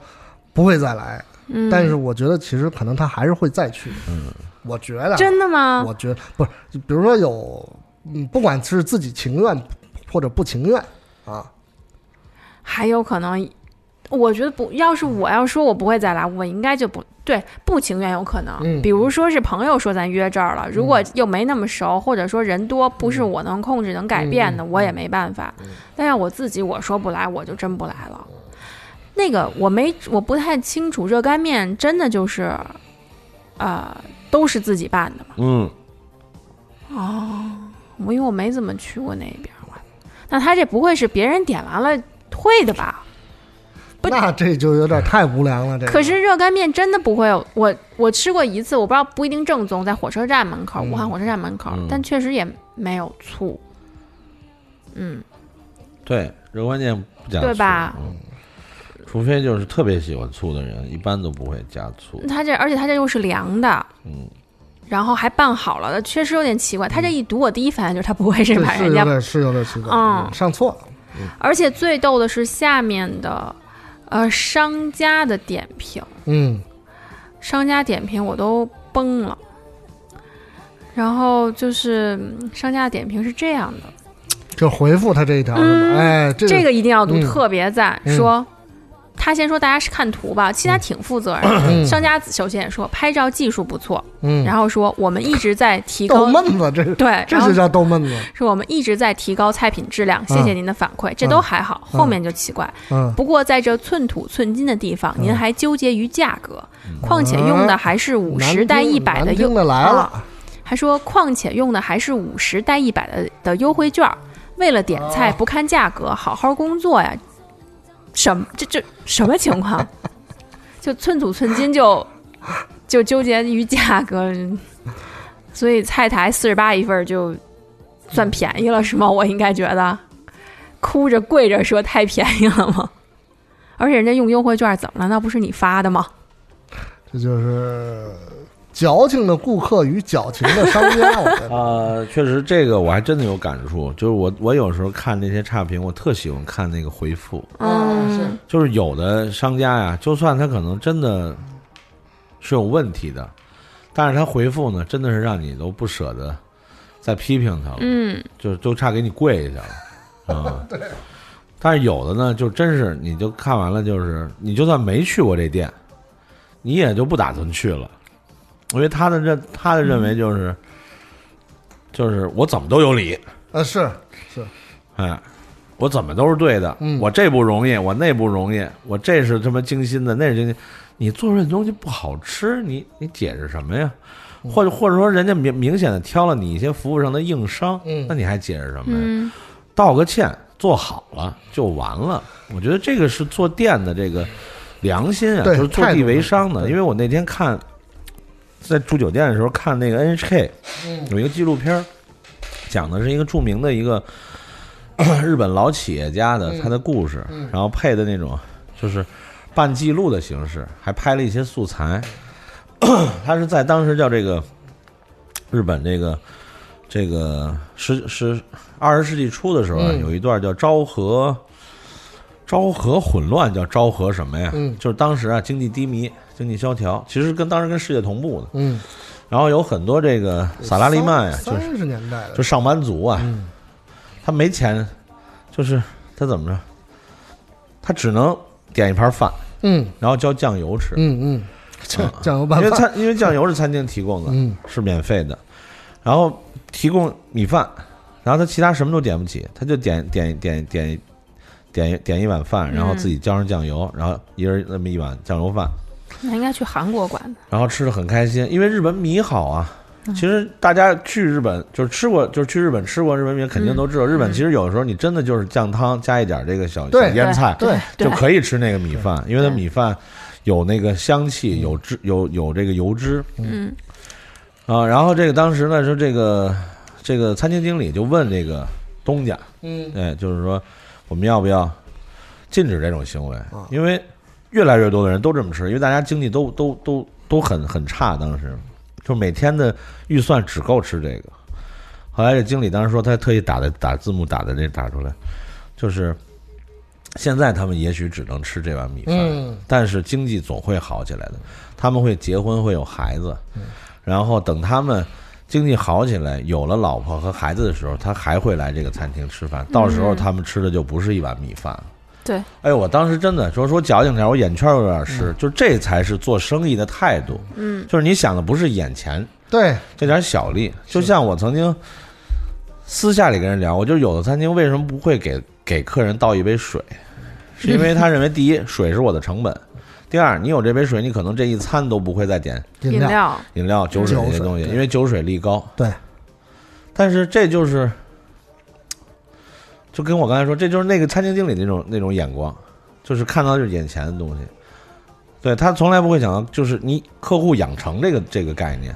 Speaker 1: 不会再来，
Speaker 2: 嗯，
Speaker 1: 但是我觉得其实可能他还是会再去，嗯，我觉得啊
Speaker 2: 真的吗？
Speaker 1: 我觉得不是，比如说有，嗯，不管是自己情愿或者不情愿啊，
Speaker 2: 还有可能，我觉得不，要是我要说我不会再来，我应该就不对，不情愿有可能。
Speaker 1: 嗯
Speaker 2: 比如说是朋友说咱约这儿了，如果又没那么熟，或者说人多不是我能控制、能改变的，我也没办法。但要我自己，我说不来，我就真不来了。那个我没我不太清楚，热干面真的就是，呃，都是自己拌的吗？
Speaker 3: 嗯，
Speaker 2: 我因为我没怎么去过那边儿，我那他这不会是别人点完了退的吧？不
Speaker 1: 那这就有点太无良了。这个
Speaker 2: 可是热干面真的不会有，我我吃过一次，我不知道不一定正宗，在火车站门口，
Speaker 1: 嗯
Speaker 2: 武汉火车站门口，
Speaker 3: 嗯
Speaker 2: 但确实也没有醋，嗯，
Speaker 3: 对，热干面不加醋，
Speaker 2: 对吧
Speaker 3: 嗯？除非就是特别喜欢醋的人，一般都不会加醋。
Speaker 2: 它这而且它这又是凉的，
Speaker 3: 嗯，
Speaker 2: 然后还拌好了的，确实有点奇怪。它这一读，我第一反应就是它不会是
Speaker 1: 这
Speaker 2: 把
Speaker 1: 是
Speaker 2: 人
Speaker 1: 有
Speaker 2: 家，
Speaker 1: 点是有点奇怪，
Speaker 2: 嗯
Speaker 1: 上错了。
Speaker 2: 而且最逗的是下面的，呃，商家的点评，
Speaker 1: 嗯，
Speaker 2: 商家点评我都崩了。然后就是嗯商家的点评是这样的。
Speaker 1: 就回复他这一条是吗？
Speaker 2: 嗯
Speaker 1: 哎，这
Speaker 2: 这
Speaker 1: 个
Speaker 2: 个一定要读，
Speaker 1: 嗯
Speaker 2: 特别赞。
Speaker 1: 嗯
Speaker 2: 说他先说大家是看图吧，其实他挺负责任的。
Speaker 1: 嗯
Speaker 2: [coughs] 商家首先也说拍照技术不错，
Speaker 1: 嗯，
Speaker 2: 然后说我们一直在提
Speaker 1: 逗
Speaker 2: 高，
Speaker 1: 闷子，这
Speaker 2: 对，
Speaker 1: 这
Speaker 2: 然后
Speaker 1: 就叫逗闷子。
Speaker 2: 说我们一直在提高菜品质量，谢谢您的反馈，这都还好。
Speaker 1: 嗯
Speaker 2: 后面就奇怪，
Speaker 1: 嗯，
Speaker 2: 不过在这寸土寸金的地方，您还纠结于价格，
Speaker 3: 嗯
Speaker 2: 况且用的还是五十带一百的啊
Speaker 1: 难
Speaker 2: 优
Speaker 1: 听的来了。
Speaker 2: 还说，况且用的还是五十带一百的的优惠券儿，为了点菜
Speaker 1: 哦
Speaker 2: 不看价格，好好工作呀，什么这这什么情况？ [laughs] 就寸土寸金就就纠结于价格，所以菜台四十八一份儿就算便宜了是吗？我应该觉得哭着跪着说太便宜了吗？而且人家用优惠券儿怎么了？那不是你发的吗？
Speaker 1: 这就是矫情的顾客与矫情的商家，我觉得
Speaker 3: [laughs] 呃，确实这个我还真的有感触，就是我我有时候看那些差评，我特喜欢看那个回复，
Speaker 1: 啊是
Speaker 2: [laughs] 嗯，
Speaker 3: 就是有的商家呀、就算他可能真的是有问题的，但是他回复呢，真的是让你都不舍得再批评他了，
Speaker 2: 嗯，
Speaker 3: 就都差给你跪下
Speaker 1: [laughs]
Speaker 3: 了啊。对。但是有的呢，就真是你就看完了，就是你就算没去过这店，你也就不打算去了，因为他的认他的认为就是、就是我怎么都有理，
Speaker 1: 呃是
Speaker 3: 哎，我怎么都是对的，
Speaker 1: 嗯
Speaker 3: 我这不容易，我那不容易，我这是他妈精心的，那是精心。你做出来的东西不好吃，你你解释什么呀？
Speaker 1: 嗯
Speaker 3: 或者或者说，人家明明显的挑了你一些服务上的硬伤，
Speaker 1: 嗯
Speaker 3: 那你还解释什么呀？
Speaker 2: 嗯，
Speaker 3: 道个歉，做好了就完了。我觉得这个是做店的这个良心啊，就
Speaker 1: 对
Speaker 3: 是坐
Speaker 1: 态
Speaker 3: 地
Speaker 1: 度
Speaker 3: 为
Speaker 1: 上
Speaker 3: 商的。
Speaker 1: 对
Speaker 3: 因为我那天看在住酒店的时候看那个 NHK
Speaker 1: 嗯
Speaker 3: 有一个纪录片儿，讲的是一个著名的一个 [clears throat] 咳日本老企业家的
Speaker 1: 嗯
Speaker 3: 他的故事
Speaker 1: 嗯，
Speaker 3: 然后配的那种就是半记录的形式，还拍了一些素材。 [clears throat] 他是在当时叫这个日本这个这个十十二十世纪初的时候啊，
Speaker 1: 嗯
Speaker 3: 有一段叫昭和昭和混乱，叫昭和什么呀？
Speaker 1: 嗯
Speaker 3: 就是当时啊经济低迷、经济萧条，其实跟当时跟世界同步的。
Speaker 1: 嗯，
Speaker 3: 然后有很多这个萨拉利曼呀、啊
Speaker 1: 三
Speaker 3: 就是
Speaker 1: 三十年代的
Speaker 3: 就上班族啊，
Speaker 1: 嗯
Speaker 3: 他没钱，就是他怎么着，他只能点一盘饭，
Speaker 1: 嗯
Speaker 3: 然后浇酱油吃，
Speaker 1: 嗯嗯，这
Speaker 3: 啊
Speaker 1: 酱油拌
Speaker 3: 因为
Speaker 1: 饭，
Speaker 3: 餐因为酱油是餐厅提供的，
Speaker 1: 嗯
Speaker 3: 是免费的，然后提供米饭，然后他其他什么都点不起，他就点点点点点点一碗饭，然后自己
Speaker 1: 嗯
Speaker 3: 浇上酱油，然后一人那么一碗酱油饭，
Speaker 2: 那应该去韩国馆的，
Speaker 3: 然后吃的很开心，因为日本米好啊。
Speaker 1: 嗯
Speaker 3: 其实大家去日本就是吃过，就是去日本吃过日本米，
Speaker 1: 嗯
Speaker 3: 肯定都知道。日本其实有的时候你真的就是酱汤加一点这个小小
Speaker 1: 对
Speaker 3: 腌菜，
Speaker 1: 对
Speaker 3: 就可以吃那个米饭，因为它米饭有那个香
Speaker 1: 嗯
Speaker 3: 气，有汁，有有这个油脂
Speaker 2: 嗯
Speaker 3: 啊。然后这个当时呢，说这个这个餐厅经理就问这个东家，
Speaker 1: 嗯
Speaker 3: 哎，就是说我们要不要禁止这种行为？因为越来越多的人都这么吃，因为大家经济都都都都很很差，当时就每天的预算只够吃这个。后来这经理当时说，他特意打的打字幕打的这打出来，就是现在他们也许只能吃这碗米饭，
Speaker 1: 嗯
Speaker 3: 但是经济总会好起来的。他们会结婚，会有孩子，然后等他们经济好起来，有了老婆和孩子的时候，他还会来这个餐厅吃饭。到时候他们吃的就不是一碗米饭了。
Speaker 2: 对，
Speaker 3: 哎，我当时真的说说矫情点儿，我眼圈有点湿，就这才是做生意的态度，
Speaker 2: 嗯
Speaker 3: 就是你想的不是眼前
Speaker 1: 对，
Speaker 3: 这点小利。就像我曾经私下里跟人聊，我就有的餐厅为什么不会给给客人倒一杯水，是因为他认为第一，水是我的成本；第二，你有这杯水，你可能这一餐都不会再点
Speaker 1: 饮
Speaker 2: 嗯饮料
Speaker 3: 饮料、酒水这些东西，
Speaker 1: 酒水
Speaker 3: 因为酒水利高。
Speaker 1: 对，
Speaker 3: 但是这就是，就跟我刚才说，这就是那个餐厅经理那种那种眼光，就是看到就是眼前的东西。对他从来不会想到，就是你客户养成这个这个概念，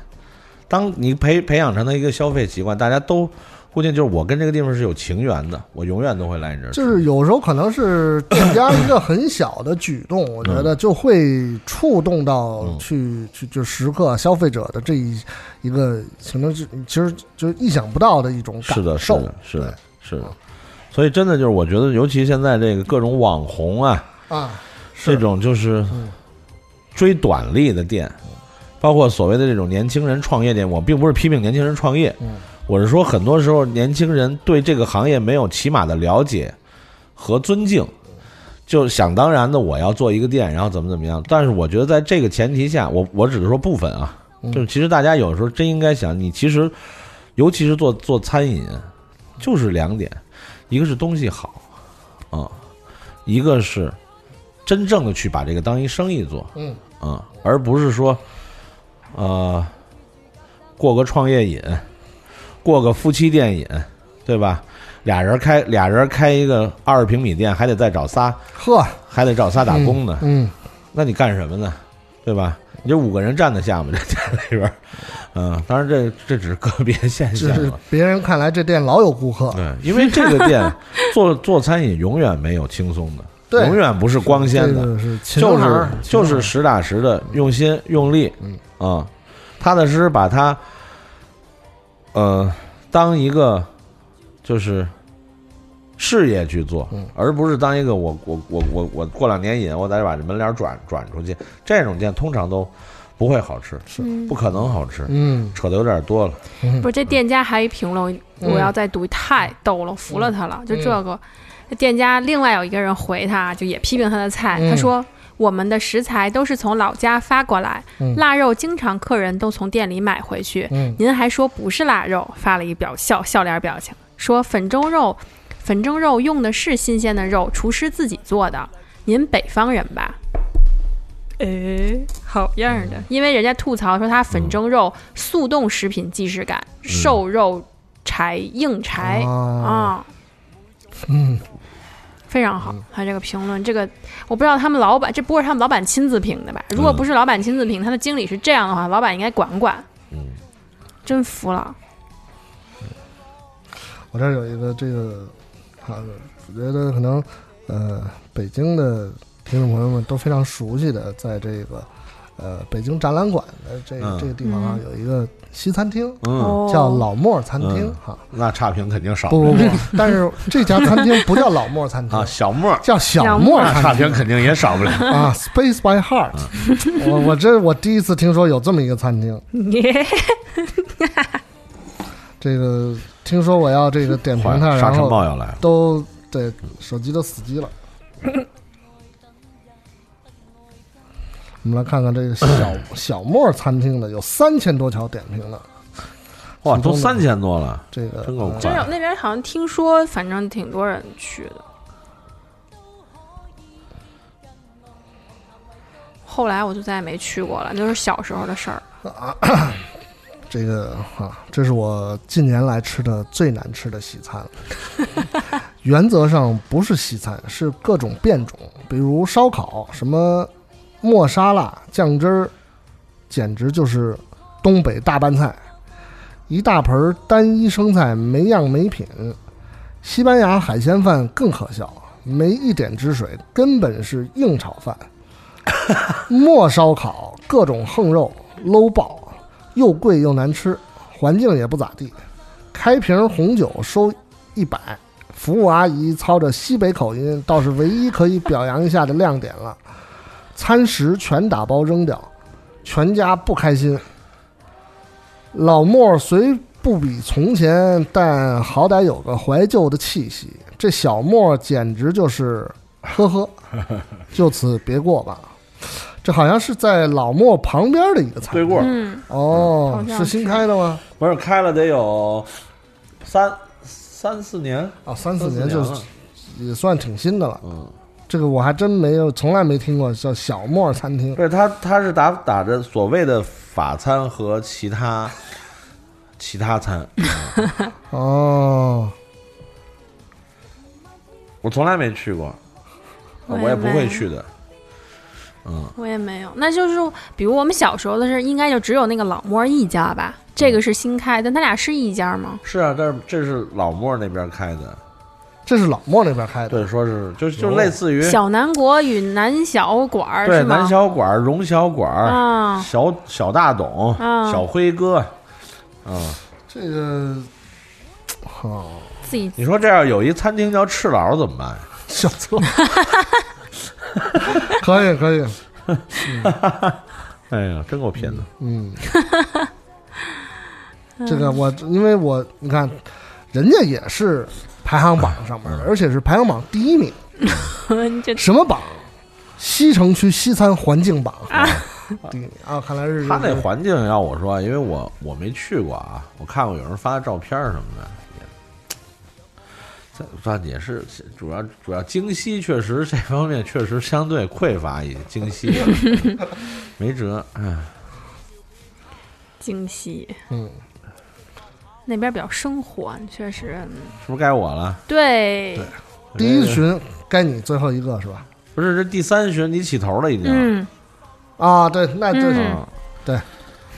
Speaker 3: 当你培培养成他一个消费习惯，大家都固定就是我跟这个地方是有情缘的，我永远都会来你这儿吃。
Speaker 1: 就是有时候可能是店家一个很小的举动，我觉得就会触动到
Speaker 3: 嗯
Speaker 1: 去、去就食客啊消费者的这一一个，可能是其实就是意想不到的一种感受。
Speaker 3: 是的，是的，是的
Speaker 1: 对，
Speaker 3: 是的。所以真的就是，我觉得，尤其现在这个各种网红啊，
Speaker 1: 啊，是
Speaker 3: 这种就是
Speaker 1: 嗯
Speaker 3: 追短利的店，包括所谓的这种年轻人创业店，我并不是批评年轻人创业
Speaker 1: 嗯，
Speaker 3: 我是说很多时候年轻人对这个行业没有起码的了解和尊敬，就想当然的我要做一个店，然后怎么怎么样。但是我觉得在这个前提下，我我只是说部分啊，
Speaker 1: 嗯
Speaker 3: 就是其实大家有时候真应该想，你其实尤其是做做餐饮，就是两点，一个是东西好啊、一个是真正的去把这个当一生意做，
Speaker 1: 嗯
Speaker 3: 啊，而不是说，呃，过个创业瘾，过个夫妻店瘾，对吧？俩人开俩人开一个二十平米店，还得再找仨，
Speaker 1: 呵，
Speaker 3: 还得找仨打工的，
Speaker 1: 嗯，
Speaker 3: 那你干什么呢？对吧？你这五个人站得下吗？这店里边儿，嗯，当然这这只是个别现
Speaker 1: 嗯
Speaker 3: 象
Speaker 1: 就
Speaker 3: 了。嗯
Speaker 1: 是别人看来这店老有顾客，
Speaker 3: 对，因为这个店做做餐饮永远没有轻松的，
Speaker 1: 对
Speaker 3: 永远不是光鲜
Speaker 1: 这
Speaker 3: 的，
Speaker 1: 个是秦
Speaker 3: 就
Speaker 1: 皇
Speaker 3: 是
Speaker 1: 儿
Speaker 3: 就是实打实的用心用力，
Speaker 1: 嗯
Speaker 3: 啊，踏踏实实把它，呃，当一个就是事业去做，
Speaker 1: 嗯
Speaker 3: 而不是当一个我我我我我过两年瘾，我再把这门脸转转出去，这种店通常都不会好吃，
Speaker 2: 嗯
Speaker 3: 不可能好吃，
Speaker 1: 嗯，
Speaker 3: 扯的有点多了，
Speaker 2: 不是，这店家还有一评论，
Speaker 1: 嗯
Speaker 2: 我要再读，太逗了，服了他了。就这个，那店家另外有一个人回他，就也批评他的菜，
Speaker 1: 嗯
Speaker 2: 他说。我们的食材都是从老家发过来，
Speaker 1: 嗯
Speaker 2: 腊肉经常客人都从店里买回去。
Speaker 1: 嗯
Speaker 2: 您还说不是腊肉，发了一表笑笑脸表情，说粉蒸肉，粉蒸肉用的是新鲜的肉，厨师自己做的。您北方人吧？嗯哎，好样儿的！因为人家吐槽说他粉蒸肉速冻食品即视感，瘦肉柴硬柴
Speaker 1: 啊，
Speaker 2: 啊，
Speaker 1: 嗯，
Speaker 2: 非常好。
Speaker 3: 嗯
Speaker 2: 他这个评论，这个我不知道他们老板，这不是他们老板亲自评的吧？
Speaker 3: 嗯
Speaker 2: 如果不是老板亲自评，他的经理是这样的话，老板应该管管。
Speaker 3: 嗯，
Speaker 2: 真服了。
Speaker 1: 我这儿有一个这个，好，我觉得可能呃，北京的听众朋友们都非常熟悉的，在这个呃北京展览馆的这个、
Speaker 3: 嗯
Speaker 1: 这个地方啊，
Speaker 2: 嗯
Speaker 1: 有一个西餐厅。
Speaker 3: 嗯，
Speaker 2: 哦
Speaker 1: 叫老莫餐厅
Speaker 3: 嗯
Speaker 1: 哈，
Speaker 3: 那差评肯定少
Speaker 1: 不不不，但是这家餐厅不叫老莫餐厅
Speaker 3: 啊，，小沫儿
Speaker 1: 叫小莫
Speaker 3: 那差
Speaker 1: 餐厅
Speaker 3: 评肯定也
Speaker 1: [laughs]
Speaker 3: 少不了。
Speaker 1: 啊，Space by Heart。我
Speaker 3: 嗯
Speaker 1: 我这我第一次听说有这么一个餐厅，
Speaker 2: [laughs]
Speaker 1: 这个听说我要这个点评它，
Speaker 3: 沙
Speaker 1: 然
Speaker 3: 尘
Speaker 1: 后
Speaker 3: 暴要来了，
Speaker 1: 都对手机都死机了。我们来看看这个小小莫餐厅的，有三千多条点评呢。
Speaker 3: 哇，
Speaker 1: 成
Speaker 3: 都
Speaker 1: 功的
Speaker 3: 三千多了，
Speaker 1: 这个
Speaker 3: 真够
Speaker 1: 呃
Speaker 3: 快
Speaker 2: 真有那边好像听说，反正挺多人去的。后来我就再也没去过了，那就是小时候的事儿。
Speaker 1: 这个啊，这是我近年来吃的最难吃的西餐了。 [laughs] 原则上不是西餐，是各种变种，比如烧烤，什么墨沙拉、酱汁儿，简直就是东北大拌菜，一大盆儿单一生菜，没样没品。西班牙海鲜饭更可笑，没一点汁水，根本是硬炒 [laughs] 饭。墨烧烤，各种横肉搂爆，又贵又难吃，环境也不咋地。开瓶红酒收一百，服务阿姨操着西北口音，倒是唯一可以表扬一下的亮点了。餐食全打包扔掉，全家不开心。老莫虽不比从前，但好歹有个怀旧的气息。这小莫简直就是，呵
Speaker 3: [laughs]
Speaker 1: 呵，就此别过吧。这好像是在老莫旁边的一个餐
Speaker 3: 对
Speaker 1: 厅
Speaker 3: 过儿
Speaker 2: 嗯，
Speaker 1: 哦
Speaker 2: 好，像
Speaker 1: 是新开的吗？
Speaker 3: 不是开了得有三三四年，
Speaker 1: 啊，三四
Speaker 3: 三
Speaker 1: 年就
Speaker 3: 了，
Speaker 1: 也算挺新的了。
Speaker 3: 嗯，
Speaker 1: 这个我还真没有，从来没听过叫小莫餐厅
Speaker 3: 不。是他他是打打着所谓的法餐和其他其他餐，
Speaker 1: 哦，
Speaker 3: 我从来没去过，
Speaker 2: 我
Speaker 3: 我也不会
Speaker 2: 没
Speaker 3: 去的。嗯，
Speaker 2: 我也没有，那就是比如我们小时候的事，应该就只有那个老莫一家吧，这个是新开的，他俩是一家吗？
Speaker 3: 是啊，但是这是老莫那边开的，
Speaker 1: 这是老莫那边开的，
Speaker 3: 对，说是就就
Speaker 1: 哦
Speaker 3: 类似于
Speaker 2: 小南国与南小馆儿
Speaker 3: 嗯对
Speaker 2: 是吗？
Speaker 3: 南小馆儿、荣小馆儿、
Speaker 2: 啊，
Speaker 3: 小小大董、
Speaker 2: 啊
Speaker 3: 小辉哥，嗯，
Speaker 1: 这个哦，
Speaker 2: 自己
Speaker 3: 你说这要有一餐厅叫赤佬怎么办？
Speaker 1: 小错， [laughs] 可以可以，
Speaker 3: 哎呀，真够贫的。
Speaker 1: 嗯，
Speaker 3: 嗯
Speaker 1: 这个我因为我你看，人家也是排行榜上面
Speaker 3: 嗯
Speaker 1: 的，而且是排行榜第一名，
Speaker 2: 这
Speaker 1: 什么榜？西城区西餐环境榜第一名啊，看来是
Speaker 3: 他那环境要我说，因为我我没去过啊，我看过有人发的照片儿什么的，也，这但也是主要主要京西确实这方面确实相对匮乏一些，京西啊
Speaker 1: [laughs]
Speaker 3: 没辙，哎，
Speaker 2: 惊喜
Speaker 1: 嗯，
Speaker 2: 那边比较生活，确实嗯
Speaker 3: 是不是该我了？
Speaker 2: 对，
Speaker 1: 第一巡该你最后一个是吧？
Speaker 3: 不是这第三巡你起头了已经，
Speaker 2: 嗯，
Speaker 1: 啊，对，那就
Speaker 2: 嗯
Speaker 3: 啊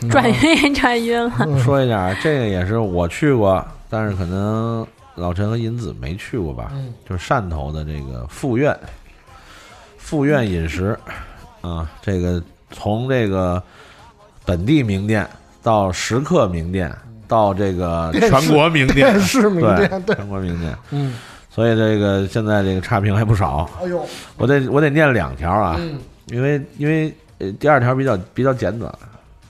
Speaker 1: 嗯
Speaker 2: 转晕也转晕了，
Speaker 3: 说一点儿，这个也是我去过，但是可能老陈和银子没去过吧，
Speaker 1: 嗯
Speaker 3: 就是汕头的这个富苑，富苑饮食啊，这个从这个本地名店到食客名店到这个
Speaker 1: 电视
Speaker 3: [laughs] 全国名店
Speaker 1: 电，视名店，
Speaker 3: 对
Speaker 1: 对，
Speaker 3: [laughs] 全国名店，
Speaker 1: 嗯，
Speaker 3: 所以这个现在这个差评还不少，
Speaker 1: 哎呦，
Speaker 3: 我得我得念两条啊，
Speaker 1: 嗯，
Speaker 3: 因为因为呃第二条比较比较简短，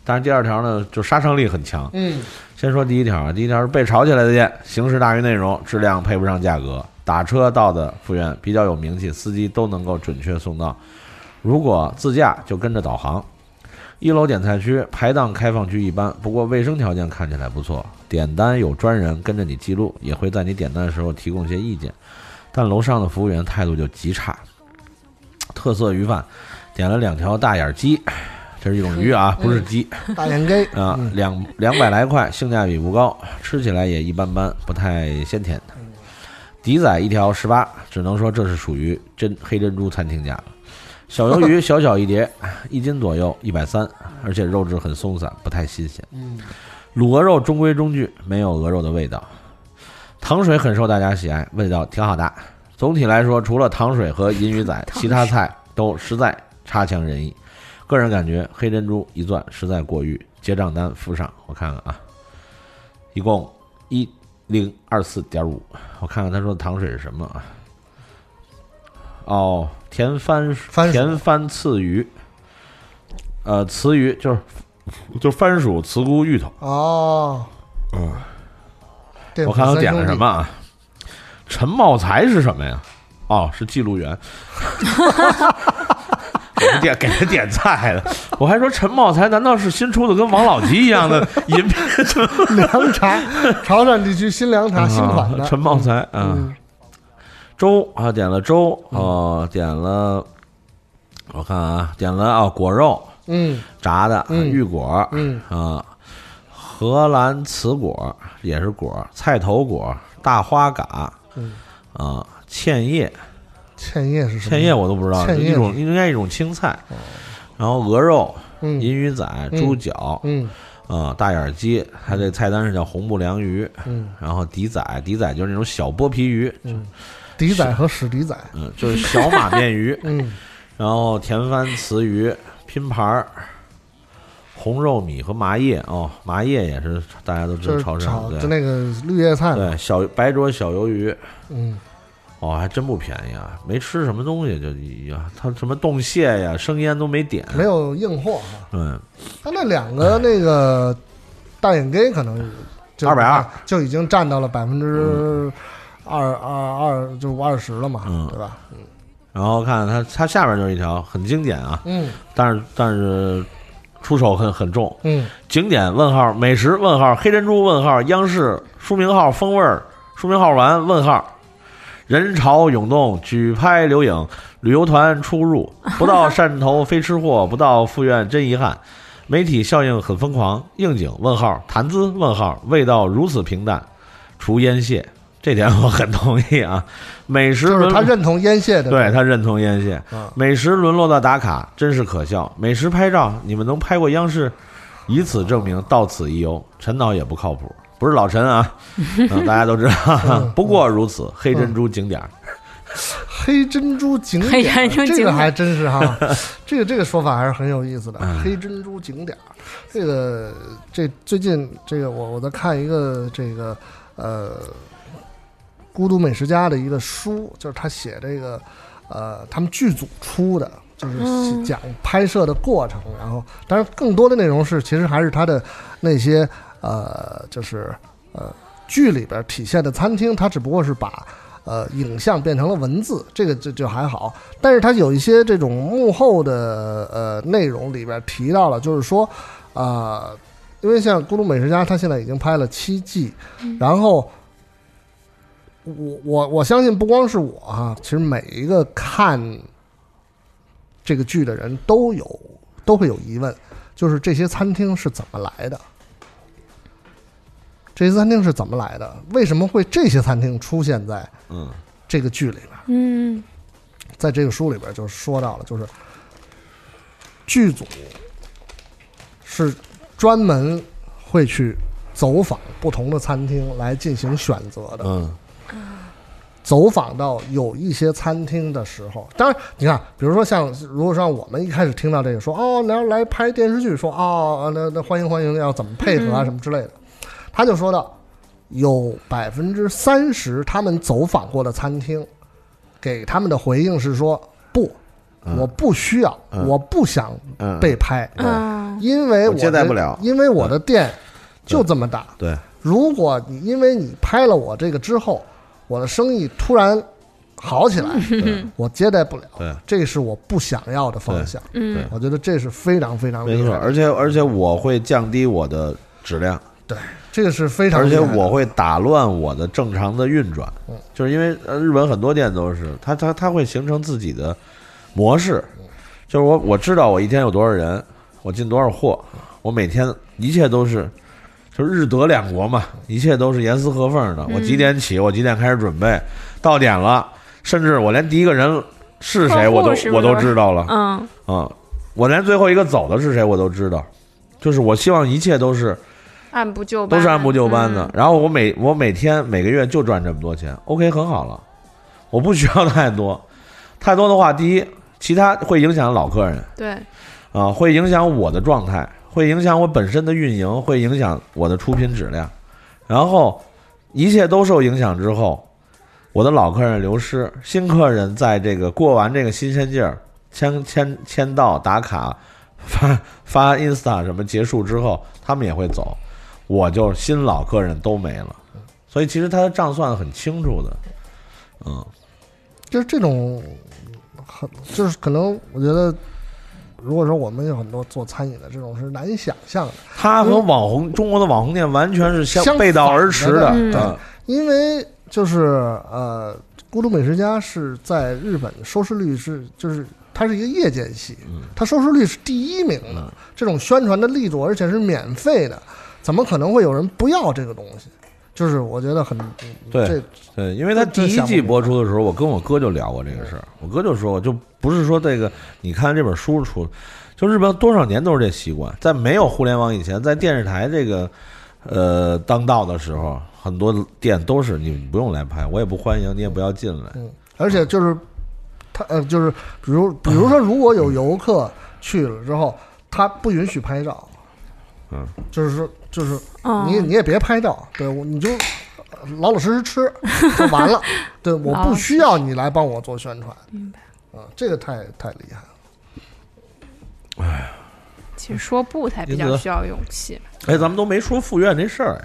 Speaker 3: 但是第二条呢就杀伤力很强。
Speaker 1: 嗯，
Speaker 3: 先说第一条啊，第一条是被炒起来的店，形式大于内容，质量配不上价格。打车到的服务员比较有名气，司机都能够准确送到。如果自驾就跟着导航。一楼点菜区排档开放区一般，不过卫生条件看起来不错。点单有专人跟着你记录，也会在你点单的时候提供一些意见。但楼上的服务员态度就极差。特色鱼饭，点了两条大眼鸡，这是一种鱼啊，不是鸡。
Speaker 1: 大眼鸡
Speaker 3: 啊，
Speaker 1: 嗯
Speaker 3: 两两百来块，性价比不高，吃起来也一般般，不太鲜甜。迪仔一条十八，只能说这是属于真黑珍珠餐厅价了。小鱿鱼小小一碟，一斤左右，一百三，而且肉质很松散，不太新鲜。
Speaker 1: 嗯，
Speaker 3: 卤鹅肉中规中矩，没有鹅肉的味道。糖水很受大家喜爱，味道挺好的。总体来说，除了糖水和银鱼仔，
Speaker 2: 糖水
Speaker 3: 其他菜都实在差强人意。个人感觉黑珍珠一钻实在过誉。结账单附上，我看看啊，一共一零二四点五。我看看他说的糖水是什么啊？哦，甜番
Speaker 1: 番薯
Speaker 3: 甜番刺鱼，呃，雌鱼就是就番薯、茨菇、芋头。
Speaker 1: 哦，
Speaker 3: 嗯，
Speaker 1: 电
Speaker 3: 我
Speaker 1: 子
Speaker 3: 看
Speaker 1: 三
Speaker 3: 他点了
Speaker 1: 兄
Speaker 3: 什
Speaker 1: 弟
Speaker 3: 么啊？陈茂才是什么呀？哦，是记
Speaker 1: [laughs]
Speaker 3: 录员。给他点给他点菜的，我还说陈茂才难道是新出的跟王老吉一样的 [laughs] 饮品？
Speaker 1: [laughs] 凉茶，潮汕地区新凉茶新款的
Speaker 3: 啊。陈茂才啊，
Speaker 1: 嗯，
Speaker 3: 粥啊点了粥哦，点了，我看啊，点了啊果肉
Speaker 1: 嗯
Speaker 3: 炸的啊
Speaker 1: 嗯
Speaker 3: 玉果
Speaker 1: 嗯
Speaker 3: 啊，荷兰瓷果也是果，菜头果、大花蛤
Speaker 1: 嗯，
Speaker 3: 啊，芡叶
Speaker 1: 千叶是什么？
Speaker 3: 芡叶我都不知道，
Speaker 1: 嗯芡叶哦
Speaker 3: 一种应该一种青菜，然后鹅肉、银
Speaker 1: 嗯
Speaker 3: 鱼仔、猪脚、
Speaker 1: 嗯
Speaker 3: 啊、大眼鸡，它这菜单是叫红布良鱼，
Speaker 1: 嗯，
Speaker 3: 然后底仔，底仔就是那种小剥皮鱼，
Speaker 1: 迪仔和史迪仔，，
Speaker 3: 嗯，就是小马面鱼
Speaker 1: 嗯
Speaker 3: 然后甜番雌鱼、拼盘儿、红肉米和麻叶哦，麻叶也是大家都知
Speaker 1: 就
Speaker 3: 道
Speaker 1: 是
Speaker 3: 潮
Speaker 1: 炒
Speaker 3: 汕
Speaker 1: 就
Speaker 3: 对
Speaker 1: 那个绿叶菜嘛，
Speaker 3: 对小白灼小鱿鱼，
Speaker 1: 嗯，
Speaker 3: 哦，还真不便宜啊！没吃什么东西就哎呀，他什么冻蟹呀、生腌都没点，
Speaker 1: 没有硬货啊哈。
Speaker 3: 嗯，
Speaker 1: 他那两个那个大眼鸡可能就
Speaker 3: 220
Speaker 1: 就已经占到了百分之二二二就二十了嘛
Speaker 3: 嗯，
Speaker 1: 对吧？
Speaker 3: 然后看它，它下边就是一条很经典啊，
Speaker 1: 嗯
Speaker 3: 但是但是出手很很重。
Speaker 1: 嗯，
Speaker 3: 景点问号美食问号黑珍珠问号央视书名号风味儿书名号丸问号，人潮涌动，举拍留影，旅游团出入，不到汕头非吃货，不到富苑真遗憾。媒体效应很疯狂，应景问号谈资问号味道如此平淡，除烟蟹。这点我很同意啊。美食
Speaker 1: 就是
Speaker 3: 沦
Speaker 1: 他认同烟蟹的，
Speaker 3: 对他嗯认同烟蟹，
Speaker 1: 啊，
Speaker 3: 美食沦落到打卡，真是可笑。美食拍照，你们能拍过央视？以此证明，到此一游。陈导也不靠谱，不是老陈啊， [laughs] 嗯、大家都知道。
Speaker 1: 嗯
Speaker 3: 不过如此，黑珍珠景点儿，
Speaker 1: 黑珍珠景点，
Speaker 2: 黑珍珠景点
Speaker 1: 这个还真是哈，这个这个说法还是很有意思的。
Speaker 3: 嗯
Speaker 1: 黑珍珠景点，这个这最近这个我我在看一个这个呃《孤独美食家》的一个书，就是他写这个呃他们剧组出的。就是
Speaker 2: 嗯
Speaker 1: 讲拍摄的过程，然后，当然更多的内容是，其实还是他的那些呃，就是呃剧里边体现的餐厅，它只不过是把呃影像变成了文字，这个就就还好。但是它有一些这种幕后的呃内容里边提到了，就是说啊、呃因为像《孤独美食家》，它现在已经拍了七季，然后。我我我相信不光是我哈、其实每一个看这个剧的人都有都会有疑问，就是这些餐厅是怎么来的？这些餐厅是怎么来的？为什么会这些餐厅出现在
Speaker 3: 嗯
Speaker 1: 这个剧里边？
Speaker 2: 嗯
Speaker 1: 在这个书里边就说到了，就是剧组是专门会去走访不同的餐厅来进行选择的。
Speaker 3: 嗯
Speaker 1: 走访到有一些餐厅的时候，当然你看，比如说像如果说我们一开始听到这个说哦，来来拍电视剧，说哦，那那欢迎欢迎，要怎么配合啊什么之类的，他就说到有百分之三十他们走访过的餐厅，给他们的回应是说不，
Speaker 3: 嗯
Speaker 1: 我不需要，
Speaker 3: 嗯
Speaker 1: 我不想
Speaker 3: 嗯，
Speaker 1: 被拍，
Speaker 2: 啊，
Speaker 1: 因为
Speaker 3: 我
Speaker 1: 我
Speaker 3: 接待
Speaker 1: 的
Speaker 3: 不了嗯
Speaker 1: 因为我的店就这么大，
Speaker 3: 对，
Speaker 1: 如果你因为你拍了我这个之后，我的生意突然好起来，
Speaker 3: 对
Speaker 1: 我接待不了，
Speaker 3: 对
Speaker 1: 这是我不想要的方向。
Speaker 2: 嗯
Speaker 3: 对
Speaker 1: 我觉得这是非常非常
Speaker 3: 没
Speaker 1: 厉
Speaker 3: 错。
Speaker 1: 害的，
Speaker 3: 而且而且我会降低我的质量，
Speaker 1: 这个是非常
Speaker 3: 而
Speaker 1: 厉
Speaker 3: 且
Speaker 1: 害的。
Speaker 3: 我会打乱我的正常的运转
Speaker 1: 嗯，
Speaker 3: 就是因为呃日本很多店都是，它它它会形成自己的模式，就是我我知道我一天有多少人，我进多少货，我每天一切都是，就是日德两国嘛，一切都是严丝合缝的。我几点起，我几点开始准备，到点了，甚至我连第一个人是谁
Speaker 2: 客户
Speaker 3: 我都
Speaker 2: 是不
Speaker 3: 我
Speaker 2: 是
Speaker 3: 都知道了，
Speaker 2: 嗯
Speaker 3: 啊，我连最后一个走的是谁我都知道，就是我希望一切都是。
Speaker 2: 按部就班，嗯
Speaker 3: 都是按部就班的。然后我每我每天每个月就赚这么多钱，OK，很好了，我不需要太多，太多的话，第一，其他会影响老客人
Speaker 2: 嗯，对，
Speaker 3: 啊、会影响我的状态，会影响我本身的运营，会影响我的出品质量，然后一切都受影响之后，我的老客人流失，新客人在这个过完这个新鲜劲儿，签签签到打卡，发发 insta 什么结束之后，他们也会走，我就新老客人都没了，所以其实他的账算很清楚的，嗯
Speaker 1: 就是这种很，就是可能我觉得，如果说我们有很多做餐饮的这种是难以想象的，，
Speaker 3: 他和网红中国的网红店完全是
Speaker 1: 相
Speaker 3: 背道而
Speaker 1: 反
Speaker 3: 驰
Speaker 1: 的
Speaker 3: 的，
Speaker 2: 嗯
Speaker 3: 嗯
Speaker 1: 因为就是呃，孤独美食家是在日本收视率是就是它是一个夜间戏，
Speaker 3: 嗯
Speaker 1: 它收视率是第一名的，这种宣传的力度，而且是免费的，怎么可能会有人不要这个东西？就是我觉得很
Speaker 3: 对
Speaker 1: 这
Speaker 3: 对，因为他第一季播出的时候，我跟我哥就聊过这个事儿。我哥就说过，就不是说这个，你看这本书出，就日本多少年都是这习惯，在没有互联网以前，在电视台这个呃当道的时候，很多店都是你不用来拍，我也不欢迎，你也不要进来。
Speaker 1: 嗯，而且就是他呃，就是比如比如说，如果
Speaker 3: 嗯
Speaker 1: 有游客去了之后，他不允许拍照，
Speaker 3: 嗯，
Speaker 1: 就是说就是
Speaker 2: 嗯，
Speaker 1: 你你也别拍照，对，我你就呃老老实实吃就完了。对，我
Speaker 2: 老老
Speaker 1: 不
Speaker 2: 实
Speaker 1: 需要你来帮我做宣传
Speaker 2: 明白。
Speaker 1: 啊，这个太太厉害了。
Speaker 2: 其实说不才比
Speaker 3: 因
Speaker 2: 较
Speaker 3: 此
Speaker 2: 需要勇气
Speaker 3: 哎，咱们都没说赴院这事儿，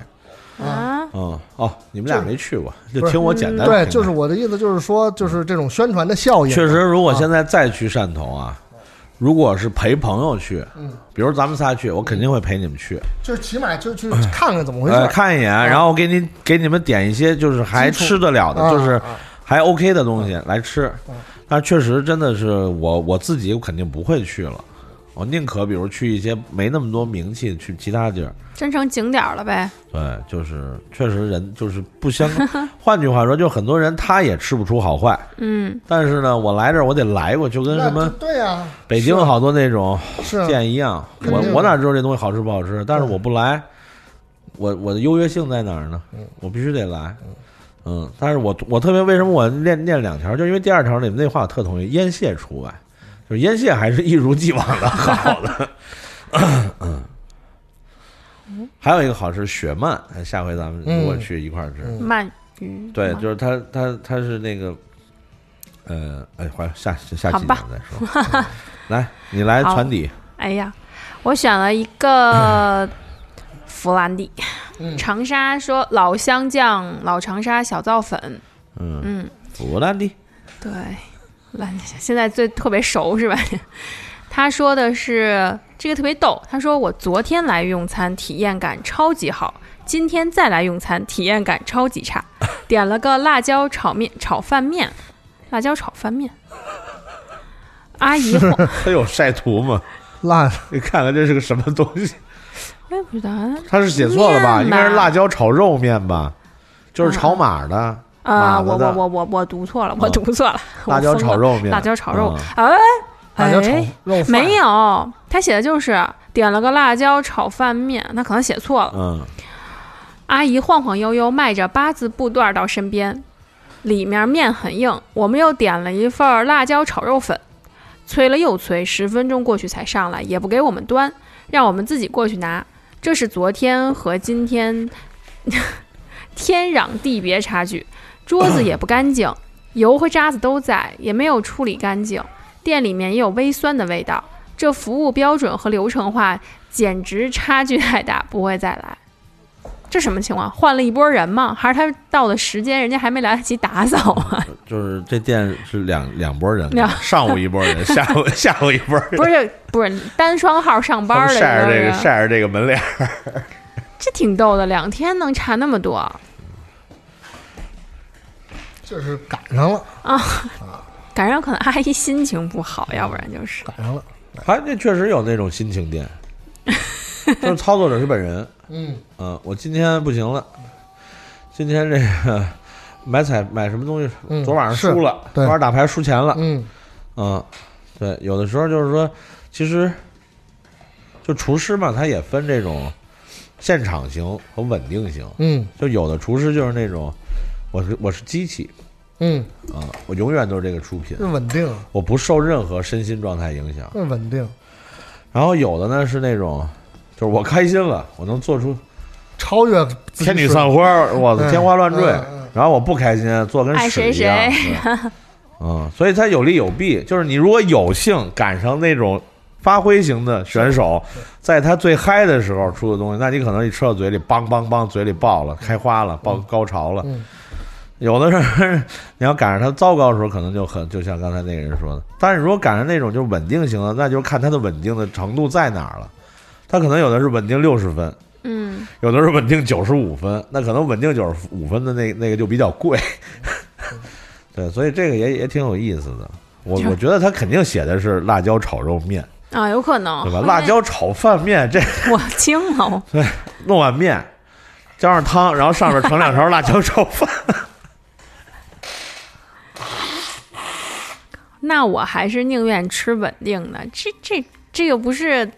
Speaker 3: 哎，
Speaker 2: 啊，
Speaker 3: 嗯，哦，你们俩没去过，就
Speaker 1: 不是
Speaker 3: 听我简单
Speaker 1: 对，
Speaker 3: 评
Speaker 1: 就是
Speaker 3: 价
Speaker 1: 我的意思，就是说，就是这种宣传的效应，
Speaker 3: 确实，如果
Speaker 1: 啊
Speaker 3: 现在再去汕头啊，如果是陪朋友去，
Speaker 1: 嗯，
Speaker 3: 比如咱们仨去，我肯定会陪你们去。
Speaker 1: 就是起码就去看看怎么回事
Speaker 3: 呃，
Speaker 1: 儿，
Speaker 3: 看一眼，然后给你给你们点一些就是还
Speaker 1: 基础
Speaker 3: 吃得了的，
Speaker 1: 啊
Speaker 3: 就是
Speaker 1: 啊
Speaker 3: 还 OK 的东西来吃
Speaker 1: 嗯。
Speaker 3: 但确实真的是我我自己肯定不会去了，我宁可比如去一些没那么多名气，去其他地儿。
Speaker 2: 真成景点儿了呗。
Speaker 3: 对，就是确实人就是不相。 [laughs] 换句话说，就很多人他也吃不出好坏，
Speaker 2: 嗯，
Speaker 3: 但是呢，我来这儿我得来过，就跟
Speaker 1: 那
Speaker 3: 什么
Speaker 1: 就啊对呀，
Speaker 3: 北京好多那种
Speaker 1: 是啊
Speaker 3: 店一样。
Speaker 1: 肯
Speaker 3: 我
Speaker 1: 定
Speaker 3: 我
Speaker 1: 的
Speaker 3: 哪知道这东西好吃不好吃？但是我不来，我我的优越性在哪儿呢？我必须得来。嗯，但是我我特别为什么我念念两条，就因为第二条里面那话我特同意，烟蟹除外，就是烟蟹还是一如既往的好的。嗯，还有一个好是雪鳗，下回咱们如果
Speaker 1: 嗯
Speaker 3: 去一块儿吃，
Speaker 1: 嗯
Speaker 2: 鳗鱼。
Speaker 3: 对，
Speaker 2: 吗
Speaker 3: 就是它它它是那个，呃，哎，回来下下
Speaker 2: 好
Speaker 3: 期咱
Speaker 2: 吧
Speaker 3: 们再说。嗯来，你来
Speaker 2: 好
Speaker 3: 船底，
Speaker 2: 哎呀，我选了一个弗兰地，长沙说老湘酱、老长沙小造粉，
Speaker 3: 嗯
Speaker 2: 嗯，
Speaker 3: 弗兰迪，
Speaker 2: 对，兰现在最特别熟是吧？ [laughs] 他说的是这个特别逗，他说我昨天来用餐体验感超级好，今天再来用餐体验感超级差，点了个辣椒炒面炒饭面，辣椒炒饭面。阿姨后，
Speaker 3: 他有晒图 [laughs] 吗？
Speaker 1: 辣
Speaker 3: 你看看这是个什么东 [laughs] 西？
Speaker 2: 我哎也不知道，
Speaker 3: 他是写错了吧？
Speaker 2: 面吧嗯
Speaker 3: 应该是辣椒炒肉面吧？就是炒马的，
Speaker 2: 啊、
Speaker 3: 马
Speaker 2: 我
Speaker 3: 子的
Speaker 2: 我我我我读错了，我
Speaker 3: 啊
Speaker 2: 读错了， [laughs] 我
Speaker 3: [laughs] 辣椒
Speaker 2: 疯
Speaker 3: 炒
Speaker 2: 了
Speaker 3: 肉面，
Speaker 2: 辣椒炒肉
Speaker 3: 嗯，
Speaker 2: 哎
Speaker 1: 辣椒炒
Speaker 2: 哎，
Speaker 1: 肉饭
Speaker 2: 没有，他写的就是点了个辣椒炒饭面，他可能写错了。
Speaker 3: 嗯，
Speaker 2: 阿姨晃晃悠悠迈着八字布段到身边，里面面很硬，我们又点了一份儿辣椒炒肉粉，催了又催，十分钟过去才上来，也不给我们端，让我们自己过去拿。这是昨天和今天 [laughs] 天壤地别差距，桌子也不干净，油和渣子都在，也没有处理干净，店里面也有微酸的味道。这服务标准和流程化简直差距太大，不会再来。这什么情况？换了一波人吗？还是他到的时间，人家还没来得及打扫
Speaker 3: [laughs]
Speaker 2: 啊？
Speaker 3: 就是这店是两两
Speaker 2: [laughs]
Speaker 3: 拨人
Speaker 2: 两，
Speaker 3: 上午一拨
Speaker 2: [laughs]
Speaker 3: 人，下午下午一拨人，
Speaker 2: 不是不是，单双号上班
Speaker 3: 他
Speaker 2: 的一
Speaker 3: 们晒着
Speaker 2: 个
Speaker 3: 这个
Speaker 2: 人，
Speaker 3: 晒着这个门脸儿。
Speaker 2: 这挺逗的，两天能差那么多，
Speaker 1: 就是赶上了，
Speaker 2: 赶上可能阿姨心情不好，
Speaker 3: 嗯
Speaker 2: 要不然就是
Speaker 1: 赶上了，
Speaker 3: 还那确实有那种心情
Speaker 2: [laughs]
Speaker 3: 店，就是操作者是本人。
Speaker 1: 嗯，
Speaker 3: 嗯，我今天不行了，今天这个买彩买什么东西，
Speaker 1: 嗯
Speaker 3: 昨晚上输了，
Speaker 1: 对
Speaker 3: 昨晚上打牌输钱了。
Speaker 1: 嗯，
Speaker 3: 嗯，对，有的时候就是说，其实就厨师嘛，他也分这种现场型和稳定型。
Speaker 1: 嗯，
Speaker 3: 就有的厨师就是那种，我是我是机器
Speaker 1: 嗯，
Speaker 3: 啊、我永远都是这个出品
Speaker 1: 这，稳定，
Speaker 3: 我不受任何身心状态影响。
Speaker 1: 这稳定，
Speaker 3: 然后有的呢是那种，就是我开心了，我能做出
Speaker 1: 超越自己
Speaker 3: 天女
Speaker 1: 水平
Speaker 3: 散花， [laughs] 我
Speaker 1: 嗯
Speaker 3: 的天花乱坠
Speaker 1: 嗯嗯。
Speaker 3: 然后我不开心，做跟
Speaker 2: 爱谁
Speaker 3: 屎一样。
Speaker 2: [laughs]
Speaker 3: 对嗯，所以它有利有弊，就是你如果有幸赶上那种发挥型的选手，在他最嗨的时候出的东西，那你可能一吃到嘴里，梆梆梆，嘴里爆了，开花了，爆高潮了。
Speaker 1: 嗯
Speaker 3: 有的人，你要赶上他糟糕的时候，可能就很就 [laughs] 像刚才那个人说的。但是如果赶上那种就稳定型的，那就看他的稳定的程度在哪儿了。他可能有的是稳定六十分，
Speaker 2: 嗯，
Speaker 3: 有的是稳定九十五分，那可能稳定九十五分的那那个就比较贵。 [laughs] 对，所以这个也也挺有意思的。我我觉得他肯定写的是辣椒炒肉面，
Speaker 2: 啊，有可能
Speaker 3: 对吧？辣，椒炒饭面，这
Speaker 2: [laughs] 我惊了，我
Speaker 3: 弄碗面，加上汤，然后上面盛两勺辣椒炒饭。
Speaker 2: 那我还是宁愿吃稳定的，这这这又不是。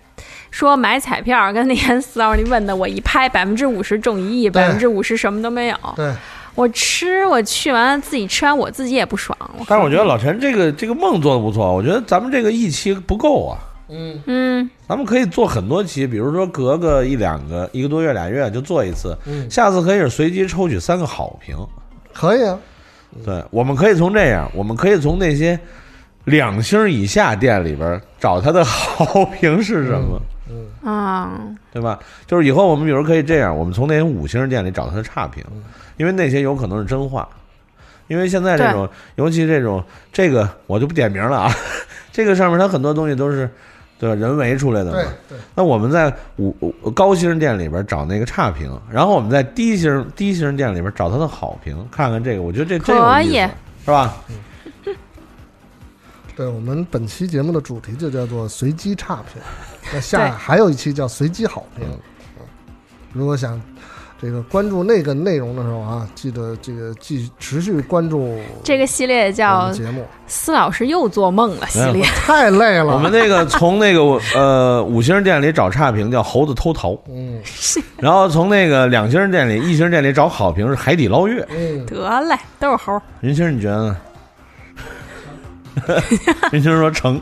Speaker 2: 说买彩票跟那天四老师你问的，我一拍百分之五十中一亿，
Speaker 1: 对
Speaker 2: 百分之五十什么都没有。
Speaker 1: 对，
Speaker 2: 我吃，我去完了自己吃完，我自己也不爽。我
Speaker 3: [laughs] 但是我觉得老陈这个这个梦做的不错，我觉得咱们这个一期不够啊，
Speaker 1: 嗯
Speaker 2: 嗯，
Speaker 3: 咱们可以做很多期，比如说隔个一两个一个多月俩月就做一次，
Speaker 1: 嗯，
Speaker 3: 下次可以是随机抽取三个好评。
Speaker 1: 可以啊，
Speaker 3: 对，我们可以从这样，我们可以从那些两星以下店里边儿找它的 [laughs] 好评是什么，
Speaker 2: 啊，
Speaker 3: 对吧？就是以后我们比如可以这样，我们从那些五星店里找它的差评，因为那些有可能是真话。因为现在这种，尤其这种这个我就不点名了啊， [laughs] 这个上面它很多东西都是对吧人为出来的嘛
Speaker 1: 对。对，
Speaker 3: 那我们在五五高星店里边找那个差评，然后我们在低星低星店里边找它的好评，看看这个，我觉得这真有
Speaker 2: 可
Speaker 3: 意
Speaker 2: 以
Speaker 3: 思，是吧？
Speaker 1: 对我们本期节目的主题就叫做随机差
Speaker 3: [laughs]
Speaker 1: 评，那下还有一期叫随机好评。
Speaker 3: 嗯
Speaker 1: 嗯如果想这个关注那个内容的时候啊，记得这个继持续关注
Speaker 2: 这个系列
Speaker 1: 我
Speaker 2: 叫
Speaker 1: 们节目，
Speaker 2: “司老师又做梦了”系列，
Speaker 1: 太累了。
Speaker 3: 我们那个从那个呃五星店里找差评叫猴子偷桃，
Speaker 1: 嗯
Speaker 3: 然后从那个两星店里、一星店里找好评是海底捞月。
Speaker 1: 嗯，
Speaker 2: 得嘞，都是猴儿。 [laughs]
Speaker 3: 云星，你觉 [laughs] 得呢？云星说成，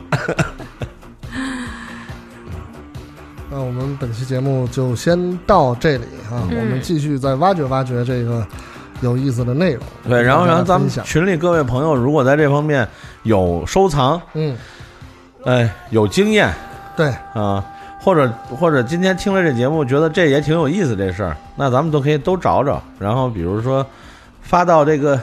Speaker 1: 那我们本期节目就先到这里啊，
Speaker 2: 嗯
Speaker 1: 我们继续再挖掘挖掘这个有意思的内容。
Speaker 3: 对，然后然后咱们
Speaker 1: 想，
Speaker 3: 群里各位朋友，如果在这方面有收藏，
Speaker 1: 嗯，
Speaker 3: 哎，有经验
Speaker 1: 对，
Speaker 3: 啊，或者或者今天听了这节目，觉得这也挺有意思这事儿，那咱们都可以都找找，然后比如说发到这个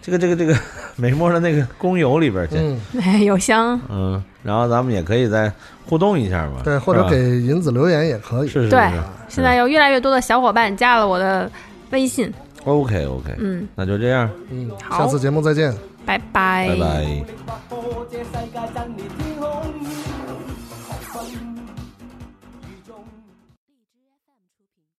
Speaker 3: 这个这个这个美墨的那个公邮里边去，
Speaker 1: 嗯，
Speaker 2: 哎，邮箱
Speaker 3: 嗯，然后咱们也可以再互动一下嘛，
Speaker 1: 对，或
Speaker 3: 是
Speaker 1: 者
Speaker 3: 吧
Speaker 1: 给银子留言也可以。
Speaker 3: 是是
Speaker 2: 对
Speaker 3: 是
Speaker 2: 现在有越来越多的小伙伴加了我的微信，
Speaker 3: ，OK OK，
Speaker 2: 嗯，
Speaker 3: 那就这样，
Speaker 1: 嗯，
Speaker 2: 好
Speaker 1: 下次节目再见。
Speaker 2: 拜
Speaker 1: 哎
Speaker 2: 拜
Speaker 3: 拜拜。
Speaker 4: 力劃破這世界真裂天空，狂奔。